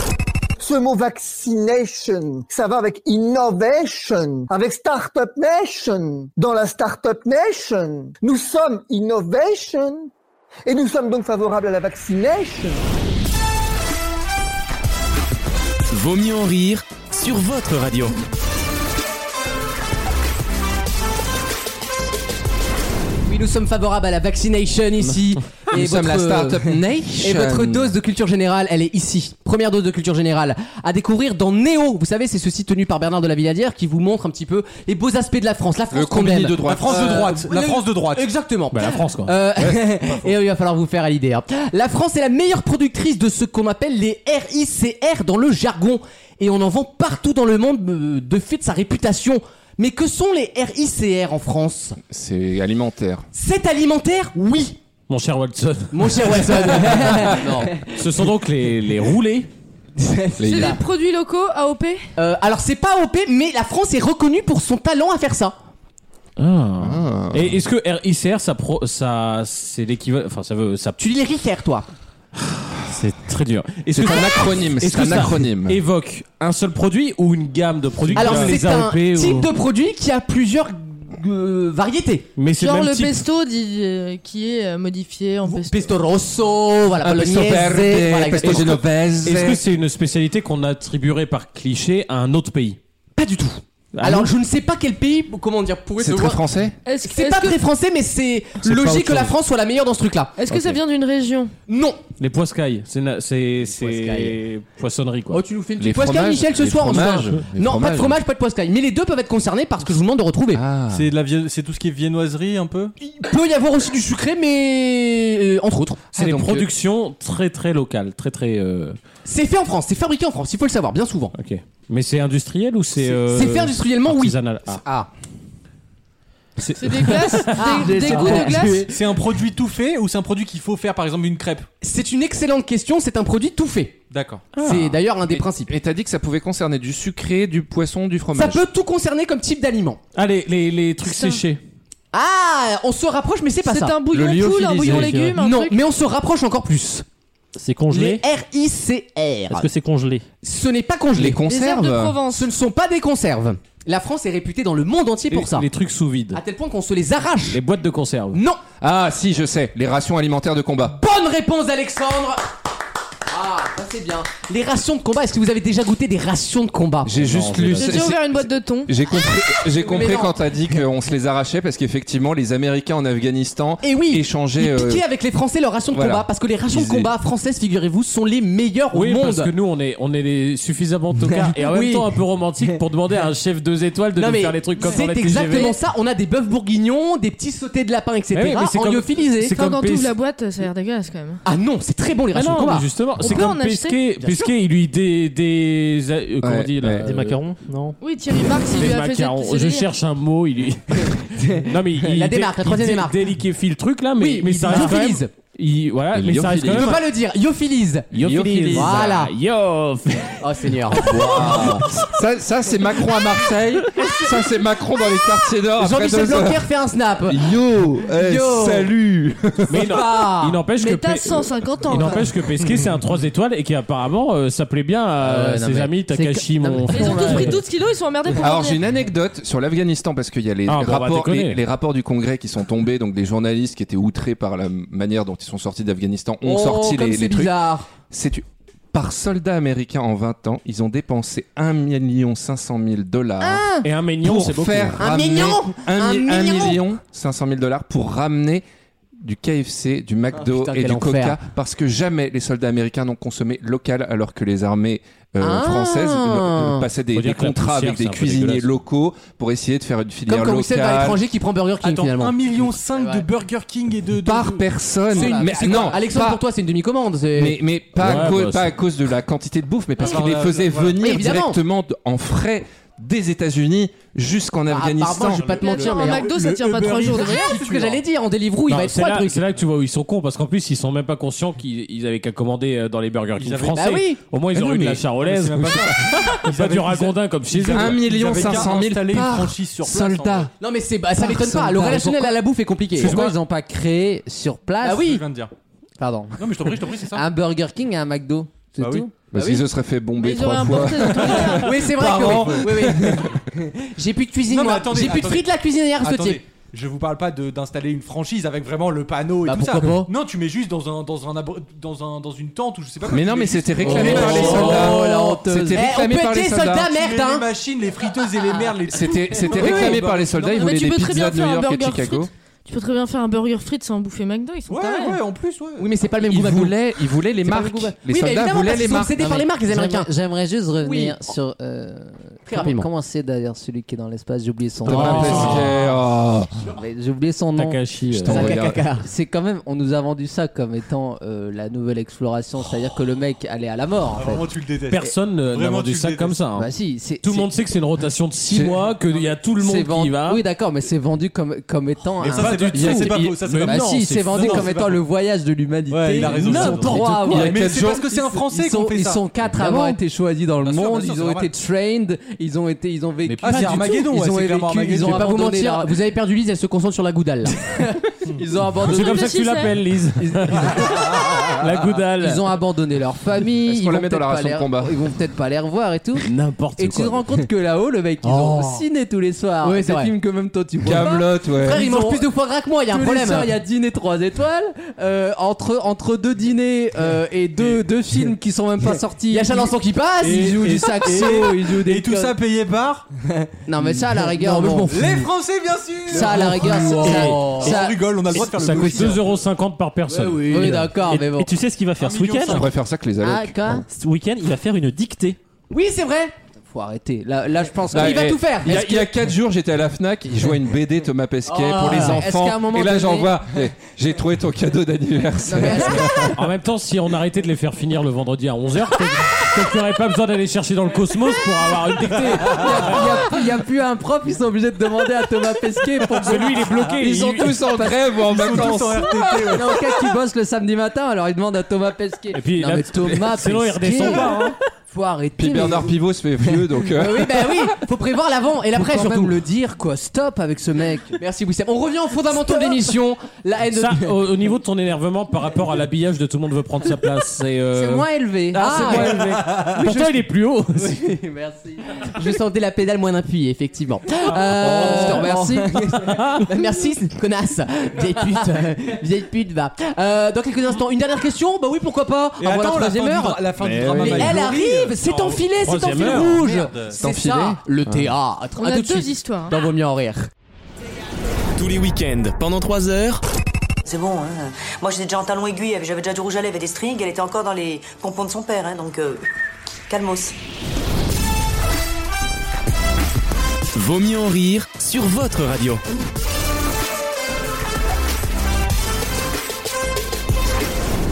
Speaker 10: Ce mot vaccination, ça va avec innovation, avec startup nation. Dans la startup nation, nous sommes innovation et nous sommes donc favorables à la vaccination.
Speaker 1: Vaut mieux en rire sur votre radio.
Speaker 2: Oui, nous sommes favorables à la vaccination ici.
Speaker 7: Nous sommes la
Speaker 2: votre-
Speaker 7: startup nation.
Speaker 2: Et votre dose de culture générale, elle est ici. Première dose de culture générale à découvrir dans Néo. Vous savez, c'est ce site tenu par Bernard de la Villadière qui vous montre un petit peu les beaux aspects de la France. La France
Speaker 7: Le
Speaker 2: qu'on
Speaker 7: combini
Speaker 2: aime.
Speaker 7: de
Speaker 6: La
Speaker 7: droite.
Speaker 6: France de
Speaker 2: Euh,
Speaker 6: droite, la
Speaker 2: le-
Speaker 6: France de droite.
Speaker 2: Exactement.
Speaker 3: Bah, la France quoi.
Speaker 2: Euh, et il va falloir vous faire à l'idée. hein. La France est la meilleure productrice de ce qu'on appelle les RICR dans le jargon. Et on en vend partout dans le monde euh, de fait de sa réputation. Mais que sont les RICR en France
Speaker 7: C'est alimentaire.
Speaker 2: C'est alimentaire Oui
Speaker 3: Mon cher Watson.
Speaker 2: Mon cher Watson
Speaker 3: Ce sont donc les, les roulés.
Speaker 4: C'est
Speaker 7: Les-
Speaker 4: des produits locaux AOP
Speaker 2: Euh, Alors c'est pas OP, mais la France est reconnue pour son talent à faire ça.
Speaker 3: Et est-ce que RICR ça pro- ça c'est l'équivalent enfin ça veut ça
Speaker 2: Tu dis les RICR, toi
Speaker 3: c'est très dur. Est-ce
Speaker 7: C'est
Speaker 3: que ça
Speaker 7: un acronyme.
Speaker 3: est-ce
Speaker 7: C'est
Speaker 3: que
Speaker 7: un
Speaker 3: ça
Speaker 7: acronyme.
Speaker 3: évoque un seul produit ou une gamme de produits
Speaker 2: Alors
Speaker 3: comme
Speaker 2: c'est
Speaker 3: les
Speaker 2: un
Speaker 3: AOP
Speaker 2: type
Speaker 3: ou...
Speaker 2: de produit qui a plusieurs euh, variétés.
Speaker 3: mais c'est le
Speaker 4: Genre
Speaker 3: même
Speaker 4: le
Speaker 3: type
Speaker 4: pesto dit, euh, qui est euh, modifié en pesto.
Speaker 2: Pesto rosso, voilà,
Speaker 3: Ah,
Speaker 7: Un pesto
Speaker 2: bolognese,
Speaker 7: verde,
Speaker 2: voilà,
Speaker 7: pesto
Speaker 2: exactement.
Speaker 7: genovese.
Speaker 3: Est-ce que c'est une spécialité qu'on attribuerait par cliché à un autre pays
Speaker 2: Pas du tout.
Speaker 8: Ah
Speaker 2: Alors
Speaker 8: non
Speaker 2: je ne sais pas quel pays, comment dire, pourrait
Speaker 7: C'est
Speaker 2: se
Speaker 7: très
Speaker 2: voir.
Speaker 7: français
Speaker 4: Est-ce que,
Speaker 2: C'est
Speaker 4: est-ce
Speaker 2: pas
Speaker 4: que-
Speaker 2: très français, mais c'est
Speaker 8: pas
Speaker 2: logique
Speaker 8: autre
Speaker 2: que la
Speaker 8: chose.
Speaker 2: France soit la meilleure dans ce truc-là.
Speaker 4: est-ce que ça
Speaker 8: Ok.
Speaker 4: vient d'une région
Speaker 2: Non.
Speaker 3: Les poiscailles, c'est na- c'est
Speaker 2: poiscailles.
Speaker 3: c'est poissonnerie quoi.
Speaker 2: Oh, tu nous fais une petite poiscaille, Michel, ce
Speaker 7: les
Speaker 2: soir. on se fait un-
Speaker 7: fromages, les
Speaker 2: Non, pas de
Speaker 7: fromages.
Speaker 2: fromage, pas de poiscaille. Mais les deux peuvent être concernés parce que je vous demande de retrouver.
Speaker 7: Ah.
Speaker 6: C'est de la vie- c'est tout ce qui est viennoiserie un peu
Speaker 2: Il peut y avoir aussi du sucré, mais euh, entre autres.
Speaker 3: C'est
Speaker 7: Ah,
Speaker 3: des
Speaker 7: donc,
Speaker 3: productions très très locales, très très. euh,
Speaker 2: C'est fait en France, c'est fabriqué en France, il faut le savoir, bien souvent.
Speaker 3: Ok. Mais c'est industriel ou c'est. euh,
Speaker 2: c'est fait industriellement, oui.
Speaker 3: artisanal Ah.
Speaker 2: Ah.
Speaker 4: C'est des glaces, des, des
Speaker 2: c'est
Speaker 4: goûts de
Speaker 2: bon.
Speaker 4: glace.
Speaker 6: C'est un produit tout fait ou c'est un produit qu'il faut faire par exemple une crêpe
Speaker 2: C'est une excellente question, c'est un produit tout fait.
Speaker 6: D'accord.
Speaker 2: C'est d'ailleurs l'un des
Speaker 7: Et-
Speaker 2: principes.
Speaker 7: Et t'as dit que ça pouvait concerner du sucré, du poisson, du
Speaker 2: Ça
Speaker 7: fromage.
Speaker 2: peut tout concerner comme type d'aliment.
Speaker 3: Ah, les, les, les trucs
Speaker 4: Putain.
Speaker 3: séchés.
Speaker 2: Ah, on se rapproche, mais c'est pas
Speaker 4: C'est
Speaker 2: ça.
Speaker 4: un bouillon
Speaker 7: Le
Speaker 4: poule, un
Speaker 7: lyophilisé,
Speaker 4: bouillon
Speaker 8: je dirais.
Speaker 4: légumes, un
Speaker 2: Non,
Speaker 4: truc.
Speaker 2: mais on se rapproche encore plus.
Speaker 8: C'est congelé.
Speaker 2: Les Euh, RICR.
Speaker 8: Est-ce que c'est congelé
Speaker 2: Ce n'est pas congelé.
Speaker 7: Les
Speaker 4: Des herbes de
Speaker 7: conserves
Speaker 4: Provence.
Speaker 2: Ce ne sont pas des conserves. La France est réputée dans le monde entier pour
Speaker 3: Les-
Speaker 2: ça.
Speaker 3: Les trucs sous vide.
Speaker 2: À tel point qu'on se les arrache.
Speaker 3: Les boîtes de conserve.
Speaker 2: Non.
Speaker 7: Ah si, je sais, les rations alimentaires de combat.
Speaker 2: Bonne réponse, Alexandre. Ah, ça c'est bien. Les rations de combat. Est-ce que vous avez déjà goûté des rations de combat
Speaker 7: J'ai juste lu.
Speaker 4: J'ai
Speaker 7: c'est-
Speaker 4: déjà
Speaker 7: c'est-
Speaker 4: ouvert une boîte de thon.
Speaker 7: J'ai compris, j'ai compris
Speaker 2: non.
Speaker 7: quand t'as dit qu'on se les arrachait parce qu'effectivement les Américains en Afghanistan
Speaker 2: Eh oui.
Speaker 7: échangeaient.
Speaker 2: Ils
Speaker 7: euh,
Speaker 2: piquaient avec les Français leurs rations de
Speaker 7: voilà.
Speaker 2: combat parce que les rations de
Speaker 7: Ils-
Speaker 2: combat françaises, figurez-vous, sont les meilleures
Speaker 3: Oui,
Speaker 2: au monde.
Speaker 3: parce que nous, on est, on est les suffisamment tocards et en même
Speaker 2: Oui.
Speaker 3: temps un peu romantiques pour demander à un chef deux étoiles de
Speaker 2: Non,
Speaker 3: nous
Speaker 2: mais
Speaker 3: faire les trucs comme dans
Speaker 2: c'est
Speaker 3: la
Speaker 2: exactement
Speaker 3: TGV.
Speaker 2: ça. On a des bœufs bourguignons, des petits sautés de lapin, etc.
Speaker 3: Mais Eh oui, mais c'est
Speaker 2: en
Speaker 3: comme-
Speaker 2: lyophilisé.
Speaker 3: c'est
Speaker 4: Enfin,
Speaker 3: comme
Speaker 4: quand t'ouvres
Speaker 3: PS-
Speaker 4: la boîte, ça a l'air dégueulasse quand même.
Speaker 2: Ah non, bah, c'est très bon les
Speaker 3: Ah
Speaker 2: rations de
Speaker 3: non,
Speaker 2: combat.
Speaker 3: mais justement,
Speaker 4: On
Speaker 3: c'est
Speaker 4: peut
Speaker 3: comme
Speaker 4: en acheter.
Speaker 3: Pesquet. Pesquet, il lui des. des euh, comment
Speaker 7: Ouais,
Speaker 3: on dit là,
Speaker 7: ouais.
Speaker 8: Des
Speaker 3: euh,
Speaker 8: macarons Non.
Speaker 4: Oui, Thierry Marx, il
Speaker 3: Des
Speaker 4: lui a fait
Speaker 3: macarons.
Speaker 4: ses- ses
Speaker 3: Je
Speaker 4: délires.
Speaker 3: cherche un mot. Il lui- non mais il,
Speaker 2: La démarque, la troisième
Speaker 3: il dé-
Speaker 2: démarque.
Speaker 3: déliquéfie le truc là, mais,
Speaker 2: Oui,
Speaker 3: mais
Speaker 2: il
Speaker 3: ça reste quand même.
Speaker 2: lyophilise.
Speaker 3: Il, voilà,
Speaker 7: Il
Speaker 3: mais ça reste
Speaker 7: lyophilise.
Speaker 3: quand
Speaker 2: Je
Speaker 3: même.
Speaker 2: peux pas le dire. Yophilise.
Speaker 3: Lyophilise.
Speaker 2: Voilà.
Speaker 3: Yo.
Speaker 2: Oh Seigneur.
Speaker 7: waouh. ça, ça, c'est Macron à Marseille. ça c'est Macron dans les quartiers nord. après
Speaker 2: Jean-Michel
Speaker 7: deux heures.
Speaker 2: Blanquer fait un snap.
Speaker 7: Yo, eh,
Speaker 2: Yo.
Speaker 7: salut.
Speaker 3: Mais non,
Speaker 2: Ah.
Speaker 3: il n'empêche que.
Speaker 4: Mais t'as
Speaker 3: Pe-
Speaker 4: 150
Speaker 3: Il
Speaker 4: ans. quoi.
Speaker 3: n'empêche que Pesquet c'est un 3 étoiles et qui apparemment euh, ça plaît bien à
Speaker 7: Ah ouais, non,
Speaker 3: ses
Speaker 7: mais
Speaker 3: amis Takashi
Speaker 2: que- non,
Speaker 3: mon
Speaker 2: mais-
Speaker 4: Ils
Speaker 3: frère, euh,
Speaker 4: ont
Speaker 3: là.
Speaker 4: tous pris 12 kilos, ils sont emmerdés pour
Speaker 7: Alors
Speaker 4: revenir.
Speaker 7: j'ai une anecdote sur l'Afghanistan parce qu'il y a les,
Speaker 3: Ah, bah, on va
Speaker 7: rapports,
Speaker 3: déconner.
Speaker 7: les, les rapports du Congrès qui sont tombés, donc les journalistes qui étaient outrés par la manière dont ils sont sortis d'Afghanistan ont
Speaker 2: oh,
Speaker 7: sorti
Speaker 2: comme
Speaker 7: les,
Speaker 2: c'est
Speaker 7: les trucs.
Speaker 2: bizarre.
Speaker 7: C'est tu- par soldat américain en 20 ans, ils ont dépensé 1 500 000 dollars
Speaker 2: Ah,
Speaker 3: et un mignon
Speaker 7: pour
Speaker 3: c'est beaucoup.
Speaker 7: faire
Speaker 2: Un
Speaker 7: hein. ramener
Speaker 2: million Un
Speaker 7: 1
Speaker 2: million
Speaker 7: million 500 000 dollars pour ramener du KFC, du
Speaker 3: Oh,
Speaker 7: McDo
Speaker 2: putain,
Speaker 7: et
Speaker 2: quel
Speaker 7: du Coca
Speaker 2: enfer.
Speaker 7: parce que jamais les soldats américains n'ont consommé local alors que les armées euh,
Speaker 2: Ah.
Speaker 7: françaises euh, passaient des,
Speaker 3: Faut dire
Speaker 7: des
Speaker 3: que la
Speaker 7: contrats
Speaker 3: poussière,
Speaker 7: avec des
Speaker 3: c'est un peu
Speaker 7: cuisiniers
Speaker 3: dégueulasse.
Speaker 7: locaux pour essayer de faire une
Speaker 2: Comme
Speaker 7: filière
Speaker 2: quand vous êtes à
Speaker 7: locale
Speaker 2: l'étranger qui prend Burger King
Speaker 6: Attends, 1,5
Speaker 2: finalement.
Speaker 6: million de Burger King et de. de-
Speaker 7: par
Speaker 6: de-
Speaker 7: personne.
Speaker 2: C'est une-
Speaker 7: mais
Speaker 2: c'est quoi
Speaker 7: non,
Speaker 2: Alexandre,
Speaker 7: pas-
Speaker 2: pour toi, c'est une demi-commande. c'est-
Speaker 7: mais, mais pas,
Speaker 3: Ouais,
Speaker 7: à cause,
Speaker 3: bah,
Speaker 7: pas
Speaker 3: c'est-
Speaker 7: à cause de la quantité de bouffe, mais parce
Speaker 6: Ah,
Speaker 7: qu'ils les
Speaker 6: voilà,
Speaker 7: faisait
Speaker 6: voilà.
Speaker 2: Oui,
Speaker 7: venir
Speaker 2: évidemment.
Speaker 7: directement d- en frais des États-unis jusqu'en
Speaker 2: Ah,
Speaker 7: Afghanistan.
Speaker 2: apparemment, je vais pas te mentir,
Speaker 4: Attends, un
Speaker 2: mais
Speaker 4: McDo, ça
Speaker 6: le
Speaker 4: tient pas
Speaker 6: Uber
Speaker 4: 3 jours de
Speaker 6: Eats.
Speaker 4: voyage.
Speaker 2: c'est ce que j'allais dire. En Deliveroo, il
Speaker 3: Non,
Speaker 2: va être
Speaker 3: c'est
Speaker 2: froid le
Speaker 3: là,
Speaker 2: truc.
Speaker 3: c'est là que tu vois où ils sont cons parce qu'en plus ils sont même pas conscients qu'ils ils avaient qu'à commander euh, dans les Burger King
Speaker 6: Ils avaient-
Speaker 3: français.
Speaker 2: Bah oui.
Speaker 3: Au moins ils
Speaker 7: Mais
Speaker 3: ont
Speaker 7: non,
Speaker 3: eu de la
Speaker 7: mais-
Speaker 6: C'est
Speaker 3: charolaise,
Speaker 6: même pas ça. Ils
Speaker 3: pas
Speaker 6: avaient-
Speaker 3: du ragondin comme chez eux.
Speaker 7: Un
Speaker 6: Ils avaient
Speaker 7: million
Speaker 6: qu'à
Speaker 7: 500 000
Speaker 6: installer une
Speaker 7: par
Speaker 6: franchise sur place,
Speaker 7: soldat.
Speaker 6: en vrai.
Speaker 2: Non, mais c'est, bah, ça m'étonne pas.
Speaker 5: Personne
Speaker 2: Le
Speaker 5: parle.
Speaker 2: relationnel à la bouffe est compliqué.
Speaker 5: Pourquoi ils n'ont pas créé sur place
Speaker 2: Ah
Speaker 6: Je
Speaker 2: oui.
Speaker 6: viens de dire.
Speaker 5: Pardon.
Speaker 6: Non, mais je t'en prie, je t'en prie, c'est ça.
Speaker 5: Un Burger King et un McDo. C'est
Speaker 6: Bah oui.
Speaker 5: tout
Speaker 2: Ah
Speaker 7: Parce qu'ils se seraient fait bomber
Speaker 4: Ils auraient
Speaker 7: trois fois.
Speaker 4: importé des trucs.
Speaker 2: Oui, c'est vrai que oui. oui, oui. J'ai plus de cuisine,
Speaker 6: Non, mais
Speaker 2: moi.
Speaker 6: attendez,
Speaker 2: J'ai plus de
Speaker 6: attendez.
Speaker 2: frites, la cuisine hier, ce
Speaker 6: Attendez, je vous parle pas de- d'installer une franchise avec vraiment le panneau et
Speaker 2: Bah,
Speaker 6: tout ça.
Speaker 2: pourquoi pas
Speaker 6: Non, tu mets juste dans un dans un abri- dans un dans une tente ou je sais pas. quoi,
Speaker 7: Mais
Speaker 6: tu
Speaker 7: non,
Speaker 6: mets
Speaker 7: mais
Speaker 6: juste-
Speaker 7: c'était réclamé
Speaker 2: Oh,
Speaker 7: par les
Speaker 2: oh, la
Speaker 7: soldats.
Speaker 2: honteuse.
Speaker 7: C'était
Speaker 2: Eh, on
Speaker 7: réclamé par
Speaker 2: pétait,
Speaker 7: les soldats.
Speaker 2: soldats,
Speaker 6: Tu mets
Speaker 2: merde, hein. Ah.
Speaker 6: Les machines, les friteuses et les merdes, les
Speaker 7: C'était c'était
Speaker 6: Oui, oui.
Speaker 7: réclamé par les soldats.
Speaker 6: Non,
Speaker 7: Ils
Speaker 4: mais
Speaker 7: voulaient
Speaker 4: tu
Speaker 7: des
Speaker 4: peux très bien
Speaker 7: pizzas de New
Speaker 4: faire un
Speaker 7: York et de
Speaker 4: burger
Speaker 7: Chicago.
Speaker 4: Tu peux très bien faire un burger frites sans bouffer McDo, ils sont
Speaker 6: Ouais,
Speaker 4: tarés.
Speaker 6: ouais, en plus, ouais.
Speaker 2: Oui, mais c'est pas le même
Speaker 7: Ils
Speaker 2: goût McDo.
Speaker 7: voulaient, ils voulaient les
Speaker 2: C'est pas
Speaker 7: marques.
Speaker 2: le goût-
Speaker 7: Les
Speaker 2: Oui, mais
Speaker 7: soldats
Speaker 2: évidemment,
Speaker 7: voulaient
Speaker 2: parce
Speaker 7: les
Speaker 2: qu'ils sont
Speaker 7: marques.
Speaker 2: obsédés par les marques, les
Speaker 5: J'aimerais-
Speaker 2: Américains.
Speaker 5: J'aimerais juste revenir
Speaker 2: Oui.
Speaker 5: sur. euh,
Speaker 2: Très
Speaker 5: comment-
Speaker 2: rapidement.
Speaker 5: Comment c'est d'ailleurs celui qui est dans l'espace J'ai oublié son
Speaker 3: Thomas
Speaker 5: nom. Ah,
Speaker 3: Pesquet.
Speaker 7: Oh.
Speaker 5: Mais J'ai oublié son nom.
Speaker 3: Takashi. euh,
Speaker 7: t'en
Speaker 2: Sac à
Speaker 7: regarde.
Speaker 2: caca.
Speaker 5: C'est quand même, on nous a vendu ça comme étant euh, la nouvelle exploration, c'est-à-dire que le mec allait à la mort en
Speaker 6: Ah,
Speaker 5: fait.
Speaker 6: Vraiment, tu le détestes.
Speaker 3: Personne euh, n'a
Speaker 6: Vraiment,
Speaker 3: vendu
Speaker 6: tu
Speaker 3: ça
Speaker 6: le
Speaker 3: comme ça. hein.
Speaker 5: Bah si, c'est
Speaker 3: Tout le
Speaker 5: c'est-
Speaker 3: monde sait que c'est une rotation de 6
Speaker 7: C'est-
Speaker 3: mois, qu'il y a tout le
Speaker 5: c'est
Speaker 3: monde
Speaker 5: vendu-
Speaker 3: qui y va.
Speaker 5: Oui d'accord, mais c'est vendu comme comme étant.
Speaker 6: Mais
Speaker 5: un-
Speaker 6: ça, c'est pas-
Speaker 3: du
Speaker 6: ça,
Speaker 3: tout.
Speaker 6: c'est pas
Speaker 3: Il-
Speaker 6: faux. Ça, c'est
Speaker 3: mais
Speaker 6: pas
Speaker 5: bah
Speaker 3: non,
Speaker 5: si,
Speaker 3: c'est
Speaker 5: c'est vendu
Speaker 6: faux,
Speaker 5: comme
Speaker 6: c'est
Speaker 5: étant
Speaker 6: pas
Speaker 5: le voyage de l'humanité.
Speaker 6: Ouais, il a raison,
Speaker 5: Ils
Speaker 6: c'est
Speaker 5: sont
Speaker 6: vrai.
Speaker 5: trois à
Speaker 7: Il y a
Speaker 5: avoir
Speaker 7: quatre
Speaker 6: Mais c'est
Speaker 7: jours-
Speaker 6: parce que c'est un français
Speaker 5: ils sont,
Speaker 6: qu'on fait
Speaker 5: ils
Speaker 6: ça.
Speaker 5: sont quatre à
Speaker 6: Évidemment.
Speaker 5: avoir été choisis dans le
Speaker 6: Bien sûr,
Speaker 5: monde.
Speaker 6: bien sûr,
Speaker 5: ils
Speaker 6: c'est
Speaker 5: ont
Speaker 6: normal.
Speaker 5: été trained. Ils ont été, ils ont vécu.
Speaker 6: Ah, c'est Armageddon, ouais,
Speaker 5: ils ont
Speaker 6: c'est clairement
Speaker 5: vécu.
Speaker 6: Armageddon.
Speaker 5: Ils
Speaker 2: Je
Speaker 5: ont
Speaker 2: vais pas vous
Speaker 5: abandonné
Speaker 2: mentir,
Speaker 5: leur-
Speaker 2: vous avez perdu Lise, elle se concentrent sur la goudale. là. Ils ont abandonné.
Speaker 3: C'est comme ça que tu l'appelles, Lise. La goudale.
Speaker 2: Ils ont abandonné leur famille.
Speaker 7: Est-ce qu'on
Speaker 2: ils
Speaker 7: la
Speaker 2: vont
Speaker 7: met dans
Speaker 2: peut-être pas
Speaker 7: la ration de
Speaker 2: les-
Speaker 7: combat
Speaker 2: Ils vont peut-être pas les revoir et tout.
Speaker 3: N'importe quoi.
Speaker 2: Et tu te rends compte que là-haut, le mec, ils ont
Speaker 3: Oh.
Speaker 2: ciné tous les soirs.
Speaker 6: Ah,
Speaker 7: Ouais, c'est
Speaker 2: des
Speaker 7: vrai.
Speaker 2: films que même toi tu vois. pas.
Speaker 7: Camelot, ouais.
Speaker 2: Frère, ils
Speaker 7: Ils
Speaker 2: mangent
Speaker 7: ont-
Speaker 2: plus de foie gras que moi, il y a un
Speaker 7: Tous les
Speaker 2: problème.
Speaker 7: soirs,
Speaker 2: il y a dîner 3 étoiles. euh, entre, entre deux dîners euh, et deux, deux films qui sont même pas sortis. Il y a Chalençon qui passe,
Speaker 3: Et-
Speaker 2: ils jouent
Speaker 3: et-
Speaker 2: du saxo, ils jouent des.
Speaker 6: Et tout ça payé par
Speaker 2: Non, mais ça, à la rigueur,
Speaker 6: Non, mais je
Speaker 2: bon.
Speaker 6: m'en fous. Les Français, bien sûr
Speaker 2: Ça, à la rigueur,
Speaker 6: Oh.
Speaker 2: c'est-
Speaker 6: On
Speaker 2: ça.
Speaker 6: rigole, on a le droit de faire le Bah
Speaker 3: Ça coûte
Speaker 6: gauchiste.
Speaker 3: 2,50€ par personne.
Speaker 2: Oui, d'accord,
Speaker 8: Et,
Speaker 2: mais bon.
Speaker 8: et tu sais ce qu'il va faire ce
Speaker 6: Ah, Un million
Speaker 8: week-end
Speaker 6: cinq.
Speaker 7: préfèrent ça que les allocs.
Speaker 2: Ah, quoi
Speaker 8: Ce week-end, il va faire une dictée.
Speaker 2: Oui, c'est vrai Faut arrêter. Là, là je pense
Speaker 7: Là,
Speaker 2: qu'il va
Speaker 7: eh,
Speaker 2: tout faire.
Speaker 7: Il y, a,
Speaker 2: Est-ce
Speaker 7: il y a quatre jours, j'étais à la Fnac, ils jouaient à une BD Thomas Pesquet
Speaker 2: Oh,
Speaker 7: pour les
Speaker 2: est-ce qu'à un
Speaker 7: enfants.
Speaker 2: moment
Speaker 7: Et là,
Speaker 2: donné-
Speaker 7: j'en vois. eh, J'ai trouvé ton cadeau
Speaker 2: que- Non, mais
Speaker 7: d'anniversaire.
Speaker 2: est-ce que-
Speaker 3: En même temps, si on arrêtait de les faire finir le vendredi à 11h, peut-être que tu n'aurais pas besoin d'aller chercher dans le cosmos pour avoir une dictée.
Speaker 2: Il y a- il y, a plus un prof, ils sont obligés de demander à Thomas Pesquet pour que
Speaker 3: Celui, il est bloqué.
Speaker 7: Ils sont
Speaker 3: Il-
Speaker 7: tous en grève ou en vacances.
Speaker 2: Il y en a aucun qui bosse le samedi matin, alors il demande à Thomas Pesquet.
Speaker 3: Et puis,
Speaker 2: non,
Speaker 3: là,
Speaker 2: mais Thomas
Speaker 3: sinon, il
Speaker 2: Pesquet,
Speaker 3: redescend pas, hein.
Speaker 2: Faut arrêter.
Speaker 7: Puis
Speaker 2: mais-
Speaker 7: Bernard Pivot se fait vieux, donc. euh,
Speaker 2: Bah oui, bah oui, faut prévoir l'avant et l'après
Speaker 5: Faut quand
Speaker 2: surtout.
Speaker 5: même
Speaker 2: le dire quoi, stop avec ce mec. Merci Wissem. On revient aux fondamentaux de l'émission. La haine de...
Speaker 3: Ça, oh, au, au niveau de ton énervement par rapport à l'habillage de tout le monde veut prendre sa place, c'est. euh,
Speaker 2: C'est moins élevé.
Speaker 3: Ah, c'est moins élevé. Pourtant, il est plus haut.
Speaker 2: Oui, merci. Je sentais la pédale moins appuyée, effectivement. Euh,
Speaker 3: Oh.
Speaker 2: je te remercie. Bah, merci, connasse. Vieille pute. euh, Vieille pute, va. Euh, dans quelques instants, une dernière question Bah oui, pourquoi pas.
Speaker 6: Et
Speaker 2: Avant
Speaker 6: attends,
Speaker 2: la
Speaker 6: la fin
Speaker 2: troisième
Speaker 6: du
Speaker 2: heure.
Speaker 6: dra- la fin du
Speaker 7: Mais
Speaker 6: drama
Speaker 7: oui.
Speaker 2: Mais
Speaker 6: My
Speaker 2: elle
Speaker 6: Glory.
Speaker 2: arrive, c'est en filet, c'est en
Speaker 3: troisième
Speaker 2: fil
Speaker 3: heure. Oh,
Speaker 2: rouge.
Speaker 6: Merde.
Speaker 2: C'est ça, le théâtre.
Speaker 4: On
Speaker 2: À
Speaker 4: a
Speaker 2: tout de
Speaker 4: deux
Speaker 2: suite.
Speaker 4: histoires. hein.
Speaker 2: Dans Vaut mieux en rire.
Speaker 1: Tous les week-ends, pendant 3 heures,
Speaker 11: C'est bon, hein. Moi, j'étais déjà en talon aiguille, j'avais déjà du rouge à lèvres et des strings, elle était encore dans les pompons de son père, hein, donc euh, calmos.
Speaker 1: Vaut mieux en rire sur votre radio.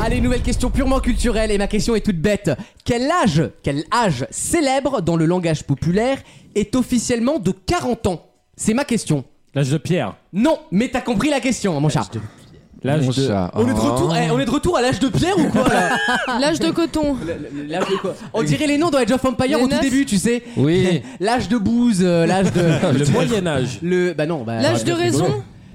Speaker 2: Allez, nouvelle question purement culturelle et ma question est toute bête. Quel âge, quel âge célèbre dans le langage populaire est officiellement de 40 ans C'est ma question.
Speaker 3: L'âge de pierre.
Speaker 2: Non, mais t'as compris la question, mon chat.
Speaker 3: L'âge
Speaker 7: mon
Speaker 3: de.
Speaker 7: chat.
Speaker 2: On est, de
Speaker 7: Oh.
Speaker 2: retour, eh, on est de retour à l'âge de pierre ou quoi là
Speaker 4: L'âge de coton.
Speaker 2: Ah, L'âge de quoi On dirait les noms dans Age of Empire
Speaker 4: Les
Speaker 2: au tout
Speaker 4: neufs
Speaker 2: début, tu sais.
Speaker 7: Oui.
Speaker 2: L'âge de bouse, euh, l'âge de.
Speaker 3: Le Moyen-Âge.
Speaker 2: Le. Bah non, bah.
Speaker 4: L'âge de raison.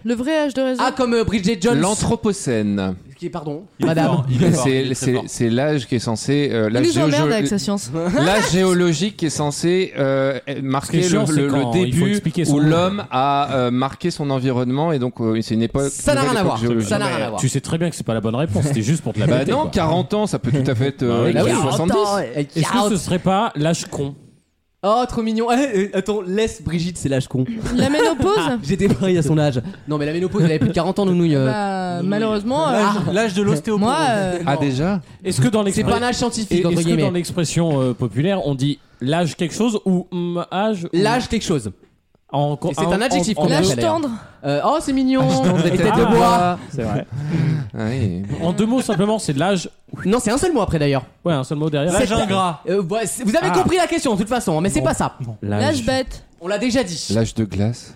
Speaker 4: Le vrai âge de raison.
Speaker 2: Ah, comme euh, Bridget Jones.
Speaker 7: L'Anthropocène.
Speaker 2: Qui- Pardon,
Speaker 6: Il est fort,
Speaker 2: madame.
Speaker 6: il est fort, il
Speaker 7: C'est-
Speaker 6: est très
Speaker 7: C'est
Speaker 6: fort.
Speaker 7: c'est l'âge qui est censé. euh,
Speaker 4: Il
Speaker 7: l'âge
Speaker 4: nous
Speaker 7: géo-
Speaker 4: emmerde avec sa science.
Speaker 7: L'âge géologique qui est censé euh, marquer
Speaker 3: Ce qui est chiant,
Speaker 7: le,
Speaker 3: c'est
Speaker 7: le- le
Speaker 3: quand hein, il faut
Speaker 7: début
Speaker 3: expliquer son
Speaker 7: où
Speaker 3: nom.
Speaker 7: l'homme a euh, marqué son environnement et donc euh, c'est une époque.
Speaker 2: Ça n'a rien
Speaker 7: nouvelle
Speaker 2: à
Speaker 7: époque
Speaker 2: voir.
Speaker 7: géologique.
Speaker 2: Ça n'a rien à voir.
Speaker 3: Tu sais très bien que c'est pas la bonne réponse, c'était juste pour te la
Speaker 7: Bah
Speaker 3: bêter.
Speaker 7: non,
Speaker 3: quoi.
Speaker 7: 40 ans, ça peut tout à fait être euh,
Speaker 3: Bah oui,
Speaker 7: 70.
Speaker 2: Ah,
Speaker 4: eh,
Speaker 3: Est-ce que ce serait pas l'âge con
Speaker 2: Oh, trop mignon. Eh, eh, attends, laisse Brigitte, c'est l'âge con.
Speaker 4: La ménopause
Speaker 2: J'étais pareil à son âge. Non, mais la ménopause, elle avait plus de 40 ans, Nounouille. euh.
Speaker 4: Bah, malheureusement, euh,
Speaker 3: Ah.
Speaker 6: L'âge- L'âge de l'ostéoporose.
Speaker 4: moi, euh,
Speaker 7: Ah déjà
Speaker 3: Est-ce que dans
Speaker 2: c'est pas
Speaker 3: l'expression.
Speaker 2: un âge scientifique, entre
Speaker 3: Ah Est-ce que dans
Speaker 2: guillemets.
Speaker 3: l'expression euh, populaire, on dit l'âge quelque chose ou hum, âge ou-
Speaker 2: L'âge, quelque chose.
Speaker 3: en-
Speaker 2: Et c'est
Speaker 3: en-
Speaker 2: un adjectif
Speaker 3: en-
Speaker 2: qu'on
Speaker 3: en-
Speaker 2: a.
Speaker 4: l'âge
Speaker 2: ça, d'ailleurs.
Speaker 4: tendre.
Speaker 2: Euh, oh, c'est mignon. Et tête de bois.
Speaker 3: Ah.
Speaker 7: Ah Oui.
Speaker 3: En deux mots simplement, c'est de l'âge.
Speaker 2: Non, c'est un seul mot après, d'ailleurs.
Speaker 3: Ouais, un seul mot derrière.
Speaker 6: L'âge
Speaker 2: c'est-
Speaker 6: ingrat.
Speaker 2: Euh, ouais, c'est- vous avez compris la question, de toute façon, hein, mais c'est pas ça.
Speaker 3: Ah.
Speaker 4: L'âge bête.
Speaker 2: On l'a déjà dit.
Speaker 7: L'âge de glace.